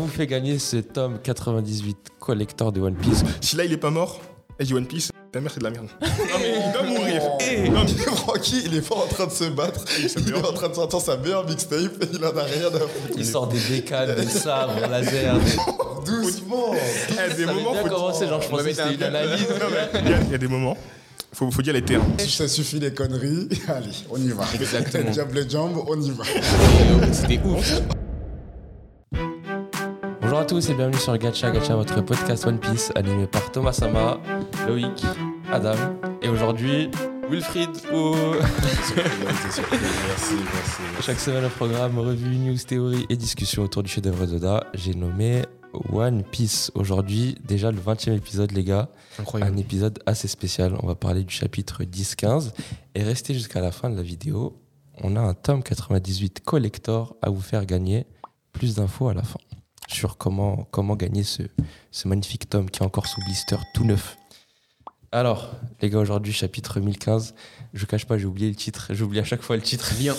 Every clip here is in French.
vous fait gagner ce tome 98 collector de One Piece. Si là il est pas mort, elle dit One Piece, ta mère c'est de la merde. non mais il doit mourir. Non mais Rocky, il est pas en train de se battre. Il est en train de sortir sa meilleure mixtape et il en a rien à foutre. Il sort des bécanes, des sabres, laser. Des... Doucement. il y a des Ça avait moments bien faut commencé, genre je On va pensais que mettre c'était une un- analyse. Non, mais il y a- Il y a des moments, faut, faut dire les termes. Si ça suffit les conneries, allez, on y va. Exactement. Diable les jambes, on y va. C'était ouf. Bonjour à tous et bienvenue sur Gacha Gacha, votre podcast One Piece animé par Thomas Sama, Loïc, Adam et aujourd'hui Wilfried ou Merci, merci. chaque semaine au programme revue, news, théorie et discussion autour du chef-d'œuvre d'Oda. J'ai nommé One Piece aujourd'hui, déjà le 20e épisode les gars, un Incroyable. épisode assez spécial. On va parler du chapitre 10-15 et restez jusqu'à la fin de la vidéo. On a un tome 98 collector à vous faire gagner. Plus d'infos à la fin sur comment, comment gagner ce, ce magnifique tome qui est encore sous blister tout neuf. Alors, les gars, aujourd'hui, chapitre 1015. Je cache pas, j'ai oublié le titre. J'oublie à chaque fois le titre. Lien.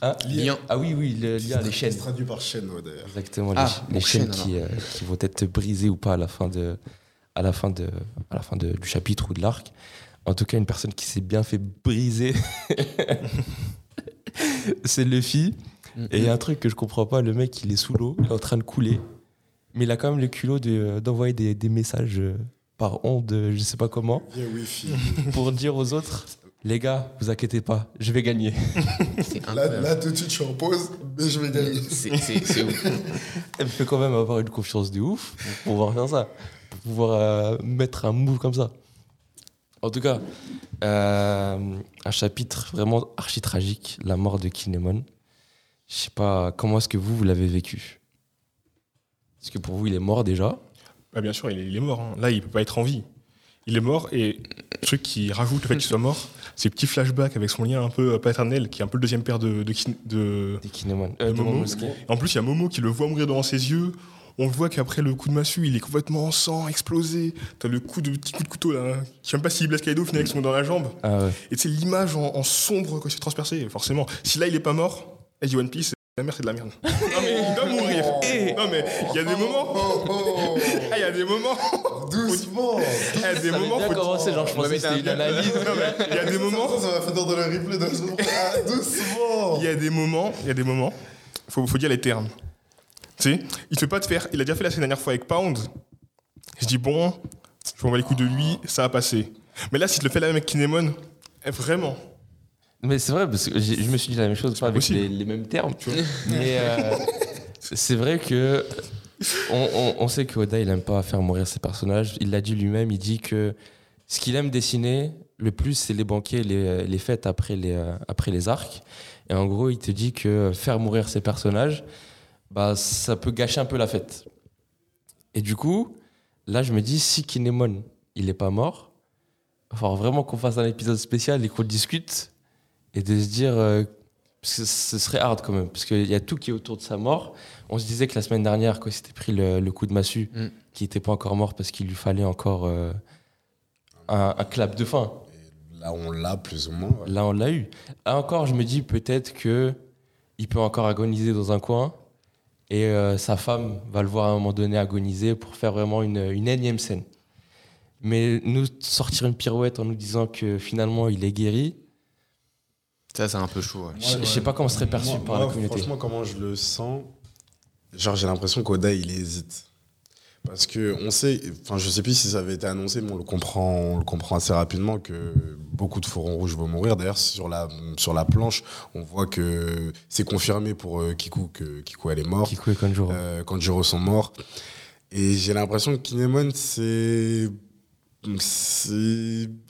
Hein Lien. Ah oui, oui, le lien, les chaînes. C'est traduit par chaîne, ouais, d'ailleurs. Exactement, Ah, les, les bon, chaînes chaîne, qui, euh, qui vont être brisées ou pas à la fin, de, à la fin, de, à la fin de- du chapitre ou de l'arc. En tout cas, une personne qui s'est bien fait briser, c'est Luffy. Mm-hmm. Et il y a un truc que je comprends pas, le mec, il est sous l'eau, il est en train de couler, mais il a quand même le culot de- euh, d'envoyer des, des messages euh, par onde, euh, je sais pas comment, Vieux wifi. pour dire aux autres, les gars, vous inquiétez pas, je vais gagner. C'est Là, incroyable. là, tout de suite, je suis en pause, mais je vais gagner. C'est- C'est c'est ouf. Elle peut quand même avoir une confiance de ouf pour pouvoir faire ça, pour pouvoir euh, mettre un move comme ça. En tout cas, euh, un chapitre vraiment archi tragique, la mort de Kinemon. Je sais pas comment est-ce que vous vous l'avez vécu. Est-ce que pour vous il est mort déjà Bah, bien sûr, il est, il est mort. hein. Là, il peut pas être en vie. Il est mort et le truc qui rajoute le fait qu'il soit mort, c'est le petit flashback avec son lien un peu euh, paternel, qui est un peu le deuxième père de, de, Kin- de- Des Kinemon. de Euh, de Momo. Momonosuke. En plus, il y a Momo qui le voit mourir devant ses yeux. On voit qu'après le coup de massue, il est complètement en sang, explosé. T'as le coup de petit coup de couteau là, qui sais même pas s'il blesse Kaido, au final, ils sont dans la jambe. Ah ouais. Et c'est l'image en, en sombre quand il s'est transpercé, forcément. Si là il est pas mort, elle dit One Piece, la merde c'est de la merde. non mais il doit mourir. Non mais il y a des moments. Oh, oh, Ah, il y a des moments. oh. Doucement. Il y a des Ça avait moments. bien faut- commencé, genre je On va pensais que mettre c'était une un- analyse. Non, mais Il y a des moments. Ça va faire dans le replay dans le second. Ah, doucement. Il y a des moments. Il y a des moments. Faut, faut dire les termes. Tu sais, il fait pas de faire. Il a déjà fait la semaine dernière fois avec Pound. Je dis bon, je m'en bats les coups de lui, ça a passé. Mais là, si tu le fais la même avec Kinemon, eh, vraiment. Mais c'est vrai, parce que j'ai- je me suis dit la même chose, pas avec possible. les, les mêmes termes, tu vois. Mais euh, c'est vrai que. On, on- on sait que Oda, il aime pas faire mourir ses personnages. Il l'a dit lui-même, il dit que ce qu'il aime dessiner le plus, c'est les banquets, les, les fêtes après les, euh, après les arcs. Et en gros, il te dit que faire mourir ses personnages, bah, ça peut gâcher un peu la fête. Et du coup, là, je me dis, si Kinemon, il est pas mort, il va falloir vraiment qu'on fasse un épisode spécial et qu'on discute et de se dire euh, parce que ce serait hard quand même parce qu'il y a tout qui est autour de sa mort on se disait que la semaine dernière quand il s'était pris le, le coup de massue Mm. qu'il n'était pas encore mort parce qu'il lui fallait encore euh, un, un clap de fin Là, on l'a plus ou moins. ouais. là on l'a eu là encore je me dis peut-être que il peut encore agoniser dans un coin et euh, sa femme va le voir à un moment donné agoniser pour faire vraiment une, une énième scène mais nous sortir une pirouette en nous disant que finalement il est guéri Ça, c'est un peu chaud. ouais. je je sais pas comment serait perçu Moi- par la moi, communauté Franchement, comment je le sens Genre, j'ai l'impression qu'Oda, il hésite. Parce que on sait, enfin, je sais plus si ça avait été annoncé, mais on le comprend, on le comprend assez rapidement que beaucoup de forons rouges vont mourir. D'ailleurs, sur la, sur la planche, on voit que c'est confirmé pour euh, Kiku que Kiku, elle est morte. Kiku et Kanjuro. euh, quand Jiro sont morts. Et j'ai l'impression que Kinemon, c'est. c'est-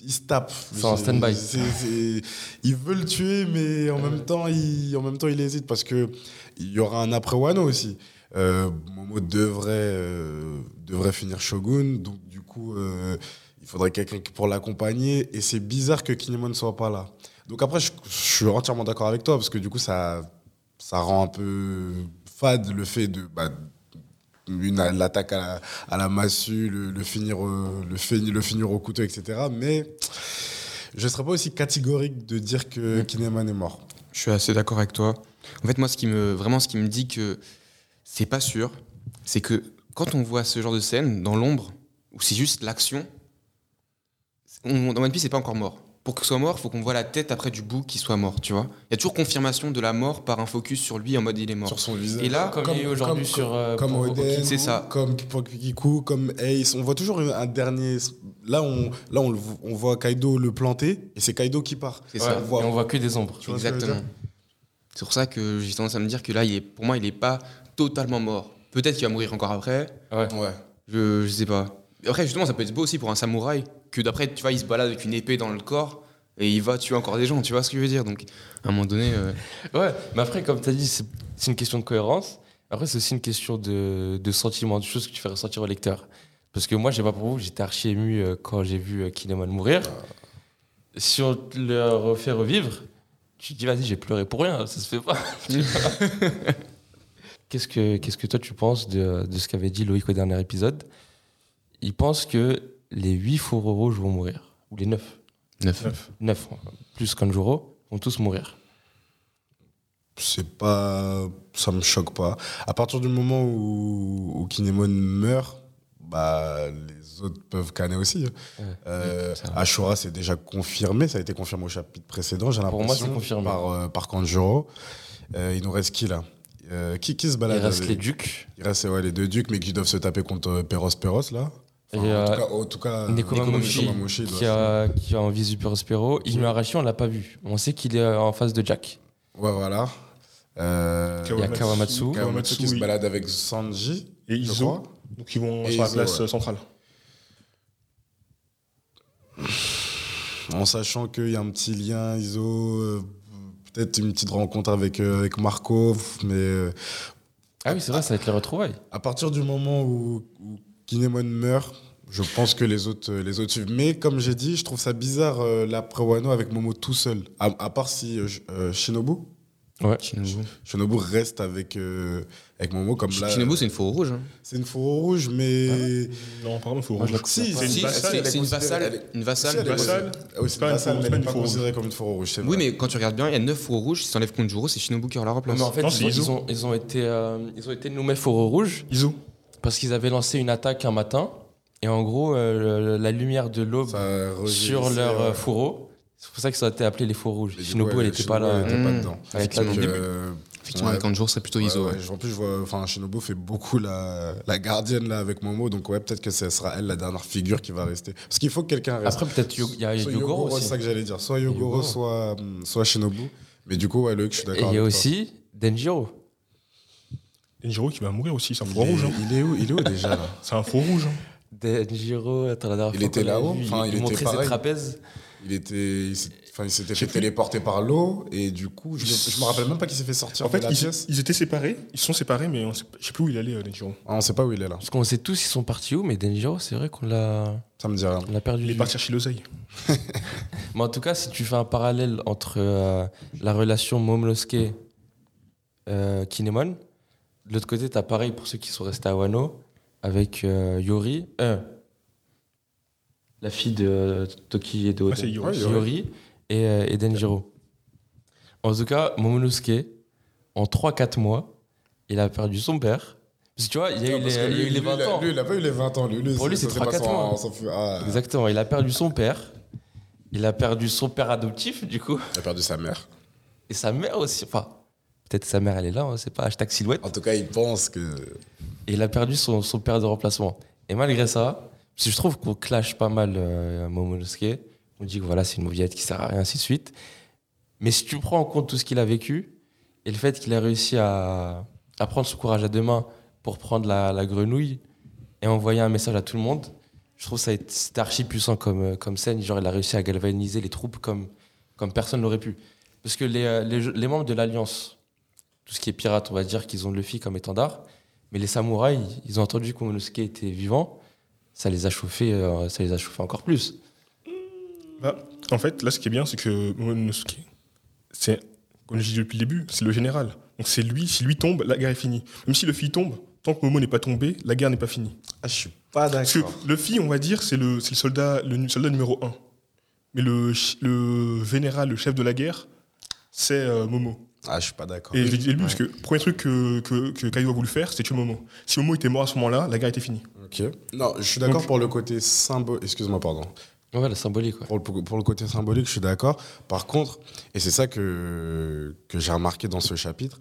Il se tape. C'est en C'est- stand-by. c'est- c'est- Il veut le tuer, mais en, même temps, il, en même temps, il hésite parce qu'il y aura un après Wano aussi. Euh, Momo devrait, euh, devrait finir Shogun, donc du coup, euh, il faudrait quelqu'un qui- pour l'accompagner. Et c'est bizarre que Kinemon ne soit pas là. Donc après, je, je suis entièrement d'accord avec toi parce que du coup, ça, ça rend un peu fade le fait de bah, une- l'attaque à, la- à la massue, le, le finir, euh, le, fini- le finir au couteau, etc. Mais je ne serais pas aussi catégorique de dire que Mm. Kineman est mort. Je suis assez d'accord avec toi. En fait, moi, ce qui me, vraiment, ce qui me dit que c'est pas sûr, c'est que quand on voit ce genre de scène dans l'ombre, où c'est juste l'action, on- dans One Piece, c'est pas encore mort. Pour qu'il soit mort, faut qu'on voit la tête après du bout qui soit mort, tu vois. Il y a toujours confirmation de la mort par un focus sur lui en mode il est mort. Sur son visage. Et là, Comme, il y a eu aujourd'hui sur. euh, comme pour- Oden, c'est ça. comme pour Kikiku, comme Ace. On voit toujours une- un dernier. Là, on, là on, le vo- on voit Kaido le planter et c'est Kaido qui part. c'est Ouais, ça. et on voit que des ombres. Tu vois ce que je veux Exactement. C'est pour ça que j'ai tendance à me dire que là, il est, pour moi, il est pas totalement mort. Peut-être qu'il va mourir encore après, Ouais. je, je sais pas. Après, justement, ça peut être beau aussi pour un samouraï, que d'après, tu vois, il se balade avec une épée dans le corps et il va tuer encore des gens, tu vois ce que je veux dire Donc, à un moment donné, euh, Ouais, mais après, comme tu as dit, c'est c'est une question de cohérence. Après, c'est aussi une question de, de sentiment, de choses que tu fais ressentir au lecteur. Parce que moi, j'ai pas pour vous, j'étais archi ému euh, quand j'ai vu euh, Kinemon mourir. Si on te le refait revivre, tu te dis, vas-y, j'ai pleuré pour rien, ça se fait pas. tu vois. Qu'est-ce que Qu'est-ce que toi, tu penses de, de ce qu'avait dit Loïc au dernier épisode Il pense que les 8 fourreaux rouges vont mourir, ou les 9. neuf. 9, plus Kanjuro, vont tous mourir. C'est pas. Ça me choque pas. À partir du moment où, où Kinemon meurt, bah, les autres peuvent canner aussi. Ouais. Euh, Ça va. Ashura, c'est déjà confirmé. Ça a été confirmé au chapitre précédent, j'ai Pour l'impression. moi, c'est confirmé. Par, euh, par Kanjuro. Euh, il nous reste qui là Euh, qui, qui se Il balade reste avec- les ducs. Il reste ouais, les deux ducs, mais qui doivent se taper contre euh, Peros Peros là. Et, Enfin, euh, en, tout cas, bah, en tout cas, Nekomamushi, Nekomamushi, qui, doit- a, qui a en visu Prospero. Inuarashi, on l'a pas vu. On sait qu'il est euh, en face de Jack. Ouais, voilà. Euh, Il y a Kawamatsu. Kawamatsu qui oui. se balade avec Sanji. Et je Izo. crois. Donc ils vont Et sur la Izo, place ouais. euh, centrale. en sachant qu'il y a un petit lien ISO, euh, peut-être une petite rencontre avec, euh, avec Marco, mais euh, Ah oui, c'est vrai, ça va être les retrouvailles. à partir du moment où, où Kinemon meurt, je pense que les autres, euh, les autres suivent. Mais comme j'ai dit, je trouve ça bizarre euh, l'après Wano avec Momo tout seul, à, à part si euh, Sh- euh, Shinobu. Shinobu. Shinobu reste avec, euh, avec Momo comme là. Shinobu, c'est une faux rouge. hein. C'est une fourrure rouge, mais. Non, pardon, il faut Moi, je la rouge. Si, Ah, C'est une Si, vassale, elle c'est est c'est une considérée- elle vassale. est- Une Si, vassale. elle est- vassale, Ah oui, c'est pas une une fourrure, vassale, mais c'est elle n'est pas pas une fourrure. considérée comme une fourrure rouge. c'est Oui, vrai. mais quand tu regardes bien, il y a neuf faux rouges. Si tu enlèves Konjuro, c'est Shinobu qui aura la remplace. Mais en fait, Non, ils, c'est ont, Izo. ils ont- ils ont été, euh, ils ont été nommés Faureau Rouge Iso. parce qu'ils avaient lancé une attaque un matin. Et en gros, euh, la lumière de l'aube Ça rejette- sur c'est- leur euh, ouais. fourreau. C'est pour ça qu'ils ont été appelés les Faureaux Rouges. Et du Shinobu, coup, elle était pas Shinobu, là. Elle était pas Mmh. dedans. Avec Effectivement. la- Donc, Début. euh, Effectivement, ouais. avec Kanjuro, c'est plutôt Iso. ouais, ouais. ouais, En plus, je vois, enfin, Shinobu fait beaucoup la, la gardienne là avec Momo, donc ouais, peut-être que ce sera elle la dernière figure qui va rester. Parce qu'il faut que quelqu'un reste. Après, peut-être Yo- il y a Soit Yogoro c'est aussi. ça que j'allais dire. Soit Yogoro, Yogoro. Soit, hum, soit Shinobu. Mais du coup, ouais, Loïc, je suis Et d'accord. il y a avec toi. aussi Denjiro. Enjiro qui va mourir aussi, c'est un Il faux est- rouge. hein. Il est où, il est où déjà là C'est un faux rouge. hein. Denjiro, attends, la dernière Il fois était qu'on l'a là-haut, vu, enfin, il il était montrait ses pareil. trapèzes. Il était, il s'est- enfin, il s'était J'ai fait plus. téléporter par l'eau et du coup, je, je me rappelle même pas qu'il s'est fait sortir En fait, de la ils, pièce. ils étaient séparés, ils sont séparés, mais on sait pas- je sais plus où il allait, euh, Enjiro. Ah, on sait pas où il est là. Parce qu'on sait tous ils sont partis où, mais Denjiro, c'est vrai qu'on l'a, Ça me dit rien. on l'a perdu. Il est de vue. parti chercher l'oseille. Mais en tout cas, si tu fais un parallèle entre euh, la relation Momonosuke euh, Kinemon, de l'autre côté, t'as pareil pour ceux qui sont restés à Wano avec euh, Yori, euh, la fille de euh, Toki et de Ah, c'est Yori. Ouais, Yori et, euh, et Denjiro. En tout cas, Momonosuke, en 3-4 mois, il a perdu son père. Parce que tu vois, il y a eu Ah, parce les, que il y a eu les lui, 20 il a- ans. Lui, il a pas eu les 20 ans. Lui, Pour lui, ça c'est s'est 3-4 passé en- mois. on s'en fout. Ah, Exactement, il a perdu son père. Il a perdu son père adoptif, du coup. Il a perdu sa mère. Et sa mère aussi. Enfin, peut-être sa mère, elle est là, hein, c'est pas hashtag silhouette. En tout cas, il pense que. Et il a perdu son, son père de remplacement. Et malgré ça, parce que je trouve qu'on clash pas mal euh, Momonosuke. On dit que voilà, c'est une mauviette qui sert à rien, ainsi de suite. Mais si tu prends en compte tout ce qu'il a vécu et le fait qu'il a réussi à, à prendre son courage à deux mains pour prendre la, la grenouille et envoyer un message à tout le monde, je trouve ça est- c'est archi puissant comme, euh, comme scène. Genre, il a réussi à galvaniser les troupes comme, comme personne n'aurait pu. Parce que les, euh, les, les membres de l'Alliance, tout ce qui est pirate, on va dire qu'ils ont Luffy comme étendard, mais les samouraïs, ils ont entendu que Momonosuke était vivant, ça les a chauffés, euh, ça les a chauffés encore plus. Bah, en fait, là, ce qui est bien, c'est que Momonosuke, c'est, comme je dis depuis le début, c'est le général. Donc c'est lui, si lui tombe, la guerre est finie. Même si Luffy tombe, tant que Momo n'est pas tombé, la guerre n'est pas finie. Ah, je suis pas Parce que Luffy, on va dire, c'est le, c'est le soldat, le nu- soldat numéro 1. Mais le, ch- le général, le chef de la guerre, c'est euh, Momo. Ah, je suis pas d'accord. Et je l'ai dit au début, parce que premier truc que, que, que Kaido a voulu faire, c'est tuer Momo. Si Momo était mort à ce moment-là, la guerre était finie. Ok. Non, je suis d'accord Donc- pour le côté symbolique. Excuse-moi, pardon. Ouais, la symbolique, ouais. Pour le, pour le côté symbolique, je suis d'accord. Par contre, et c'est ça que, que j'ai remarqué dans ce chapitre,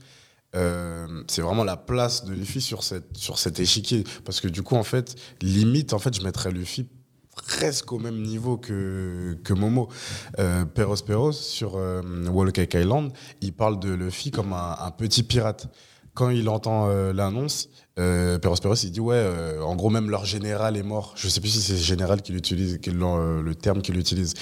euh, c'est vraiment la place de Luffy sur, cette, sur cet échiquier. Parce que du coup, en fait, limite, en fait, je mettrais Luffy presque au même niveau que, que Momo. Euh, Peros Peros, sur euh, Walcake Island, il parle de Luffy comme un, un petit pirate. Quand il entend euh, l'annonce, euh, Peros Peros, il dit ouais, euh, en gros même leur général est mort. Je sais plus si c'est général qu'il utilise, quel, euh, le terme qu'il utilise.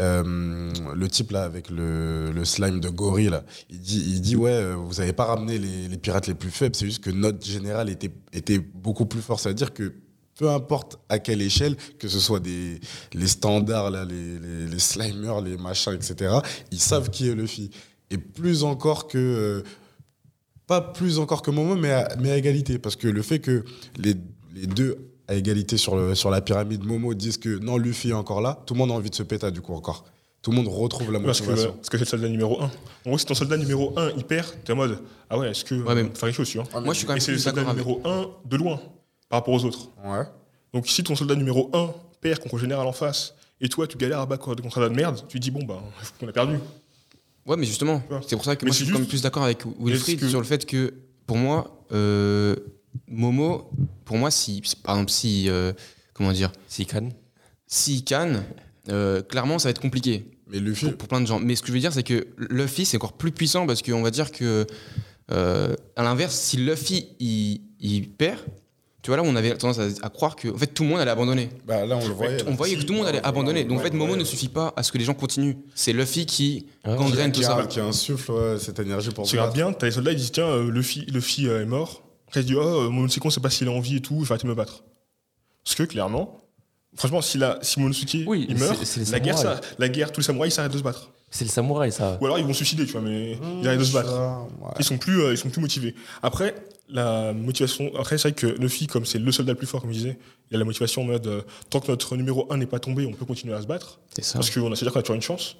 Euh, le type là avec le, le slime de gorille là, il dit, il dit ouais, euh, vous avez pas ramené les, les pirates les plus faibles, c'est juste que notre général était était beaucoup plus fort. Ça veut dire que peu importe à quelle échelle, que ce soit des, les standards, là, les, les, les slimers, les machins, etc., ils savent qui est Luffy. Et plus encore que euh, pas plus encore que Momo, mais à, mais à égalité. Parce que le fait que les, les deux à égalité sur, le, sur la pyramide Momo disent que non, Luffy est encore là, tout le monde a envie de se péter du coup encore. Tout le monde retrouve la Parce que motivation. parce que c'est le soldat numéro 1. En gros, si ton soldat numéro 1 il perd, t'es en mode Ah ouais, est-ce que. Ouais, mais- Faire les choses, tu vois. Moi, je suis Et quand même c'est le plus soldat d'accord avec. numéro 1 de loin par rapport aux autres. Ouais. Donc si ton soldat numéro 1 perd contre le général en face, et toi tu galères à battre contre un soldat de merde, tu dis bon bah on a perdu. Ouais, mais justement, Ouais. c'est pour ça que Mais moi je c'est suis quand même juste- plus d'accord avec Wilfried Est-ce que- sur le fait que, pour moi, euh, Momo, pour moi, si, si- par exemple, si, euh, comment dire, Si Khan. si Cannes, clairement, ça va être compliqué Mais Luffy, pour, pour plein de gens. Mais ce que je veux dire, c'est que Luffy, c'est encore plus puissant parce qu'on va dire que, euh, à l'inverse, si Luffy, il, il perd, tu vois, là, on avait tendance à, à croire que, en fait, tout le monde allait abandonner. bah, là on le voyait. Eh ben, là. On voyait que tout le monde allait abandonner. Donc, en fait, Momo ne suffit pas à ce que les gens continuent. C'est Luffy qui Ouais. gangrène tout Qui, ça. a- qui insuffle ouais, cette énergie pour Tu battre. regardes bien, t'as les soldats ils disent tiens euh, Luffy, Luffy euh, est mort. Après ils disent oh euh, Momonosuke on sait pas s'il a envie et tout, il faut arrêter de me battre. Parce que clairement, franchement si, la, si Momonosuke Oui, il meurt, c'est- c'est les la, guerre, samouraïs. ça- la guerre, tous les samouraïs ils s'arrêtent de se battre. C'est le samouraï, ça. Ou alors ils vont se suicider tu vois, mais ils arrêtent de se battre. Ouais. Ils sont plus, euh, ils sont plus motivés. Après, la motivation. Après, c'est vrai que Luffy, comme c'est le soldat le plus fort, comme je disais, il a la motivation en mode euh, tant que notre numéro 1 n'est pas tombé, on peut continuer à se battre. C'est ça. Parce qu'on a, c'est-à-dire qu'on a toujours une chance.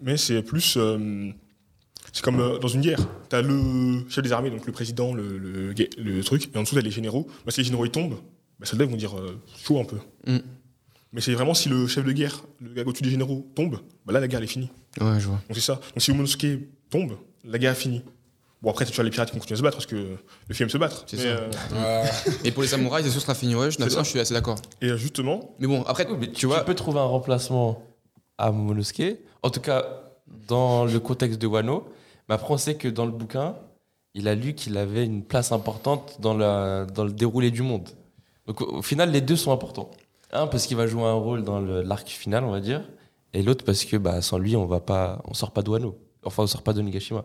Mais c'est plus. euh, c'est comme euh, dans une guerre. T'as le chef des armées, donc le président, le, le, gue- le truc, et en dessous, t'as les généraux. Bah, si les généraux ils tombent, bah, les soldats ils vont dire euh, chaud un peu. Mm. Mais c'est vraiment si le chef de guerre, le gars au-dessus des généraux, tombe, bah, là, la guerre elle est finie. Ouais, je vois. Donc c'est ça. Donc si Momonosuke tombe, la guerre est finie. Bon après, c'est toujours les pirates qui continuent à se battre parce que le film se battre. C'est Mais, ça. euh, Ouais. Et pour les samouraïs, c'est sûr, sera fini. Ouais, je, C'est ça. je suis assez d'accord. et euh, justement, Mais bon, après, tu vois, Tu peux trouver un remplacement à Momonosuke, en tout cas dans le contexte de Wano. Mais après, on sait que dans le bouquin, il a lu qu'il avait une place importante dans, la, dans le déroulé du monde. Donc au au final, les deux sont importants. Un, parce qu'il va jouer un rôle dans le- l'arc final, on va dire. Et l'autre, parce que bah, sans lui, on va pas, on sort pas de Wano. Enfin, on sort pas de Nigashima.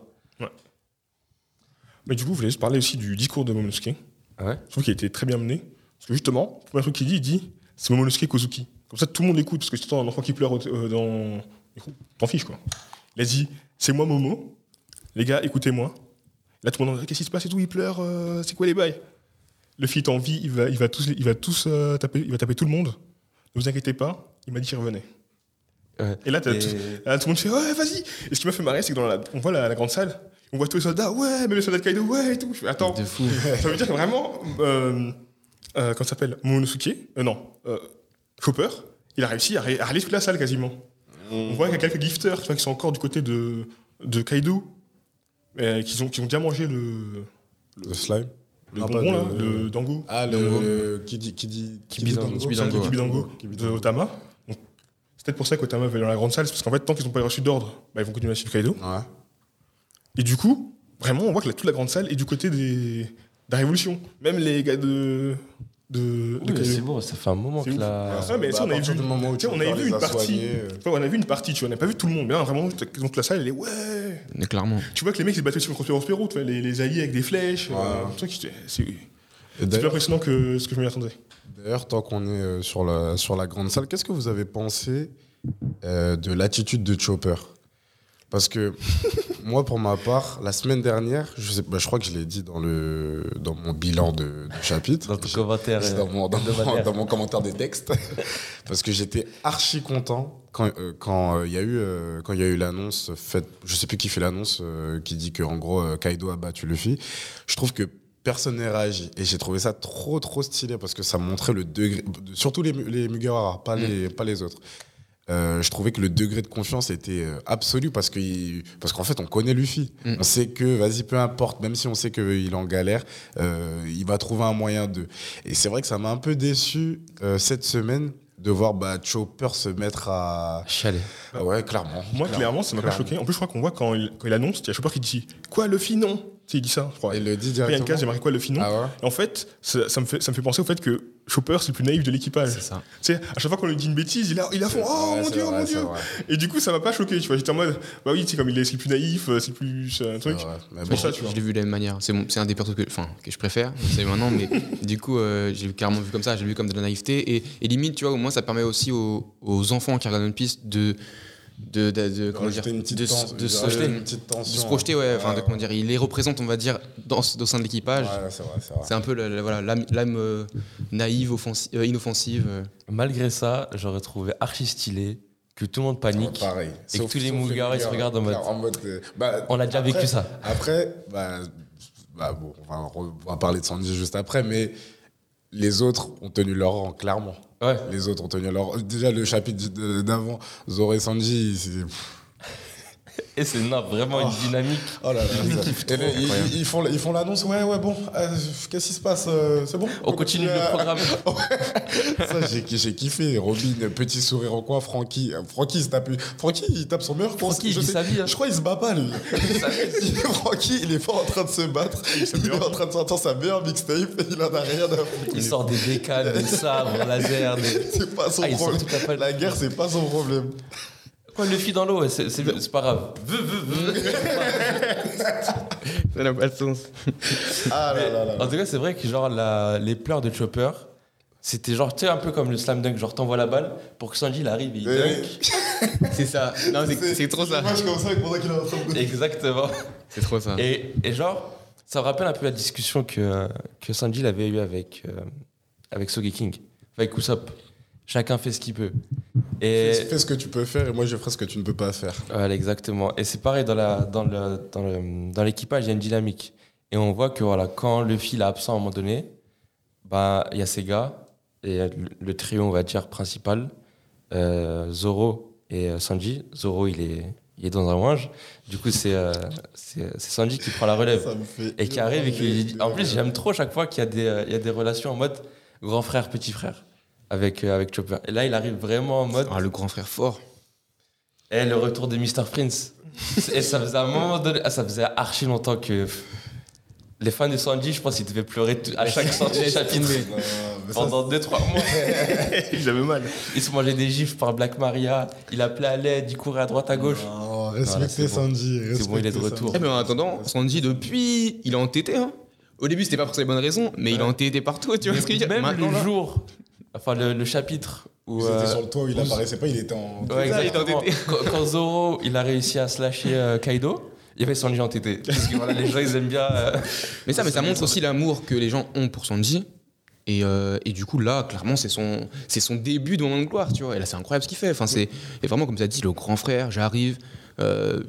mais du coup, je voulais juste parler aussi du discours de Momonosuke. Ouais. Je trouve qu'il a été très bien mené. Parce que justement, le premier truc qu'il dit, il dit c'est Momonosuke Kozuki. Comme ça, tout le monde écoute. Parce que si t'entends un enfant qui pleure euh, dans. écoute, T'en fiches quoi. Il a dit c'est moi Momo. Les gars, écoutez-moi. Là, tout le monde en dit qu'est-ce qui se passe et tout, il pleure, euh, c'est quoi les bails Le fit en vie, il va, il va tous, il va tous euh, taper, il va taper tout le monde. Ne vous inquiétez pas, il m'a dit qu'il revenait. Ouais. Et là, t'as Et- tout- Là, tout le monde fait ouais, vas-y. Et ce qui m'a fait marrer, c'est que dans la, on voit la, la grande salle, on voit tous les soldats, ouais, mais les soldats de Kaido, ouais, et tout. Je fais, attends, de fou. ça veut dire que vraiment, euh, euh, comment ça s'appelle Momonosuke euh, Non, euh, Hopper, il a réussi à, ré- à rallier toute la salle quasiment. On voit qu'il y a quelques gifters tu vois, qui sont encore du côté de, de Kaido, euh, qui, ont, qui ont déjà mangé le, Le slime. le Ah, pas bonbon, là, de- le dango, Ah, Dango. le. Qui dit. Qui dit. Kibidango. le Kibidango, ouais. kibidango de Otama. Donc, C'est peut-être pour ça qu'Otama va aller dans la grande salle, c'est parce qu'en fait, tant qu'ils n'ont pas reçu d'ordre, bah, ils vont continuer à suivre Kaido. Ouais. Et du coup, vraiment, on voit que la, toute la grande salle est du côté des, de la révolution. Même les gars de. de, de Oui, Kaido. c'est bon, ça fait un moment C'est que ouf. la. Ouais, mais ça, on Bah, avait à partir vu- du moment où tu sais, tu on avait pars vu les une partie. assoigner, euh, Enfin, on a vu une partie, tu vois, on n'a pas vu tout le monde. Mais là, vraiment, donc la salle, elle est ouais. Mais clairement. Tu vois que les mecs ils se battaient aussi contre Rospero, tu vois, les, les alliés avec des flèches. Ouais. euh, tu vois, qui- c'est et c'est plus d'ailleurs- impressionnant que ce que je m'y attendais. D'ailleurs, tant qu'on est euh, sur la, sur la grande salle, qu'est-ce que vous avez pensé euh, de l'attitude de Chopper Parce que moi, pour ma part, la semaine dernière, je, sais, bah, je crois que je l'ai dit dans, le, dans mon bilan de, de chapitre. Dans ton commentaire. C'est euh, dans mon, dans mon- hebdomadaire. dans mon commentaire des textes. Parce que j'étais archi content quand euh, quand, euh, il y a eu euh, quand il y a eu l'annonce faite. Je sais plus qui fait l'annonce euh, qui dit que en gros euh, Kaido a battu Luffy. Je trouve que personne n'a réagi et j'ai trouvé ça trop trop stylé parce que ça montrait le degré, surtout les, Mu- les Mugiwara, pas les pas les autres. Euh, je trouvais que le degré de confiance était euh, absolu parce que il- parce qu'en fait on connaît Luffy, Mm. on sait que vas-y peu importe, même si on sait qu'il est en galère, euh, il va trouver un moyen de. Et c'est vrai que ça m'a un peu déçu euh, cette semaine de voir bah, Chopper se mettre à. Chalet. Ah ouais, clairement. Moi, clairement, ça m'a pas choqué. En plus, je crois qu'on voit quand il, quand il annonce, il y a Chopper qui dit Quoi, Luffy, non Tu sais, Il dit ça, je crois. Il Il le dit y a une directement. case, j'ai marqué quoi, Luffy, non ah ouais Et en fait ça, ça me fait, ça me fait penser au fait que Chopper, c'est le plus naïf de l'équipage. C'est ça. Tu sais, à chaque fois qu'on lui dit une bêtise, il a, il a fond Oh Ouais, mon c'est dieu, oh vrai, mon c'est dieu vrai, Et du coup, ça m'a pas choqué, tu vois. J'étais en mode Bah oui, tu sais, comme il est, c'est le plus naïf, euh, c'est le plus. euh, un c'est truc. vrai. Mais C'est bon, pour ça, tu vois. Je l'ai vu de la même manière. C'est mon- c'est un des persos que, enfin, que je préfère, vous savez maintenant, mais du coup, euh, j'ai carrément vu comme ça, j'ai vu comme de la naïveté. Et, et limite, tu vois, au moins, ça permet aussi aux, aux enfants qui regardent One Piece de. de, de, de- comment dire rajouter une petite de, se- tension- de se, rajouter une de petite tension. se projeter, ouais, enfin, de, ouais. comment dire, il les représente, on va dire, dans, ce- au sein de l'équipage. Ouais, c'est vrai, c'est vrai. C'est un peu la- la- voilà, l'âme l'âme, euh, naïve, offensi- euh, inoffensive. euh. Malgré ça, j'aurais trouvé archi stylé que tout le monde Ouais, panique. pareil. Et que tous les Mugiwara, ils se regardent en mode- en mode euh, bah, On a déjà après- vécu ça. Après, bah, bah, bon, on va, re- on va parler de Sanji juste après, mais les autres ont tenu leur rang, clairement. Ouais. Les autres ont tenu leur rang. Déjà, le chapitre d- d'avant, Zoro et Sanji, c'est. Et c'est non, vraiment une dynamique. Oh là là, Et là, ils, ils- ils font, ils font l'annonce, ouais, ouais, bon, euh, qu'est-ce qui se passe euh, C'est bon On continue à- le programme. Oh, Ça, j'ai j'ai kiffé. Robin, petit sourire au coin, Francky. euh, Francky, il se tape, Francky, il tape son meilleur coin. Francky, il je, vit sais- sa vie, hein. je crois qu'il se bat pas, lui. Francky, il est pas en train de se battre. Il est en train de sortir sa meilleure mixtape et il en a rien à foutre. Il sort des bécanes, des sabres, laser, des. C'est pas son Ah, il sort problème. toute la palette. La guerre, c'est pas son problème. Quoi, Luffy dans l'eau, ouais, c'est c'est- c'est pas grave. Ça n'a pas de sens. Ah là là là. En tout cas, c'est vrai que genre la- les pleurs de Chopper, c'était genre, tu sais, un peu comme le slam dunk, genre t'envoies la balle pour que Sanji il arrive et il Mais- dunk. C'est ça. Non, c'est c'est trop ça. Moi, je suis comme ça pendant qu'il est en train de. Exactement. C'est trop ça. Et, et genre, ça me rappelle un peu la discussion que, que Sanji il avait eue avec, euh, avec King, avec Usopp. Chacun fait ce qu'il peut. Et, Fais ce que tu peux faire et moi, je ferai ce que tu ne peux pas faire. Voilà, exactement. Et c'est pareil, dans, la, dans, le, dans, le, dans l'équipage, il y a une dynamique. Et on voit que voilà, quand le fil est absent à un moment donné, bah, il y a ces gars, et le, le trio, on va dire, principal, euh, Zoro et euh, Sanji. Zoro, il est, il est dans un wange. Du coup, c'est, euh, c'est, c'est Sanji qui prend la relève. Ça me fait. Et qui arrive et qui énormément En plus, j'aime trop chaque fois qu'il y a des, euh, il y a des relations en mode grand frère, petit frère. Avec, euh, avec Chopper. Et là, il arrive vraiment en mode. Ah, le grand frère fort. Et le retour de Mr. Prince. Et ça faisait un moment donné, ah, ça faisait archi longtemps que les fans de Sanji, je pense qu'ils devaient pleurer tout- à chaque sortie de chapitre Non, mais ça, pendant 2-3 mois. Ils avaient mal. Ils se mangeaient des gifs par Black Maria, il appelait à l'aide, il courait à droite à gauche. Voilà, Non, c'est respectez bon. Sanji. C'est bon, il est de respectez retour. Eh ben, en attendant, Sanji, depuis, il est entêté. Hein. Au début, c'était pas pour ses bonnes raisons, mais il est entêté partout, tu vois ce que je veux dire Même Maintenant, le là- jour, enfin le, le chapitre où. Vous euh, étiez sur le toit où il apparaissait pas, il était en. ouais, ça, il est exactement. entêté. Quand, quand Zoro il a réussi à slasher euh, Kaido, il y avait Sanji entêté. Parce que voilà, les gens ils aiment bien. euh, Mais ça, mais ça montre aussi l'amour que les gens ont pour Sanji. Et, euh, et du coup, là, clairement, c'est son, c'est son début de moment de gloire, tu vois. Et là, c'est incroyable ce qu'il fait. Enfin, c'est et vraiment, comme ça dit, le grand frère, j'arrive. euh,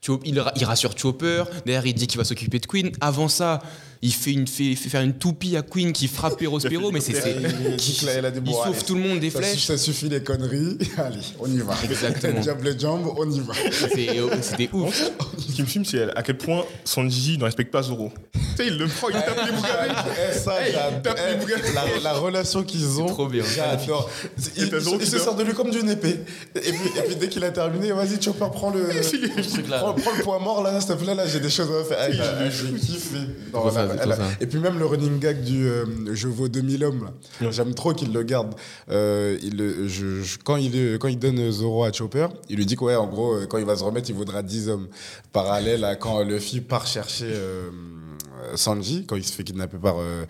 Cho- il, ra- il rassure Chopper. Derrière, il dit qu'il va s'occuper de Queen. Avant ça, il fait, une, fait, fait faire une toupie à Queen qui frappe Perospero. mais c'est. c'est- Il a dit que là, elle a dit, Il bon, sauve allez, tout le monde des ça suffit- flèches. Ça suffit les conneries. Allez, on y va. Exactement. Diable et jambe, on y va. C'est- euh, C'était ouf. Ce qui me fume, c'est à quel point Sanji ne respecte pas Zoro. tu sais, il le prend, il tape les boucs avec. Eh, ça, Hey, j'adore. tape les Eh, bouquins. la, la relation qu'ils ont, trop bien. j'adore. Il, Et t'as il- Zoro il qui se dort. sort de lui comme d'une épée. Et puis, et puis dès qu'il a terminé, vas-y Chopper, prends le, truc-là. prends, prends le point mort là, s'il te plaît, là j'ai des choses à faire. Ah, il a- ah, j'ai kiffé. Non, trop ça, là, c'est là. trop ça. Et puis même le running gag du euh, je vaux 2000 hommes, là. j'aime trop qu'il le garde. Euh, il, le- je- je- quand, il, quand il donne Zoro à Chopper, il lui dit que ouais, en gros, euh, quand il va se remettre, il vaudra 10 hommes. Parallèle à quand Luffy part chercher... euh, euh, Sanji, quand il se fait kidnapper par, euh,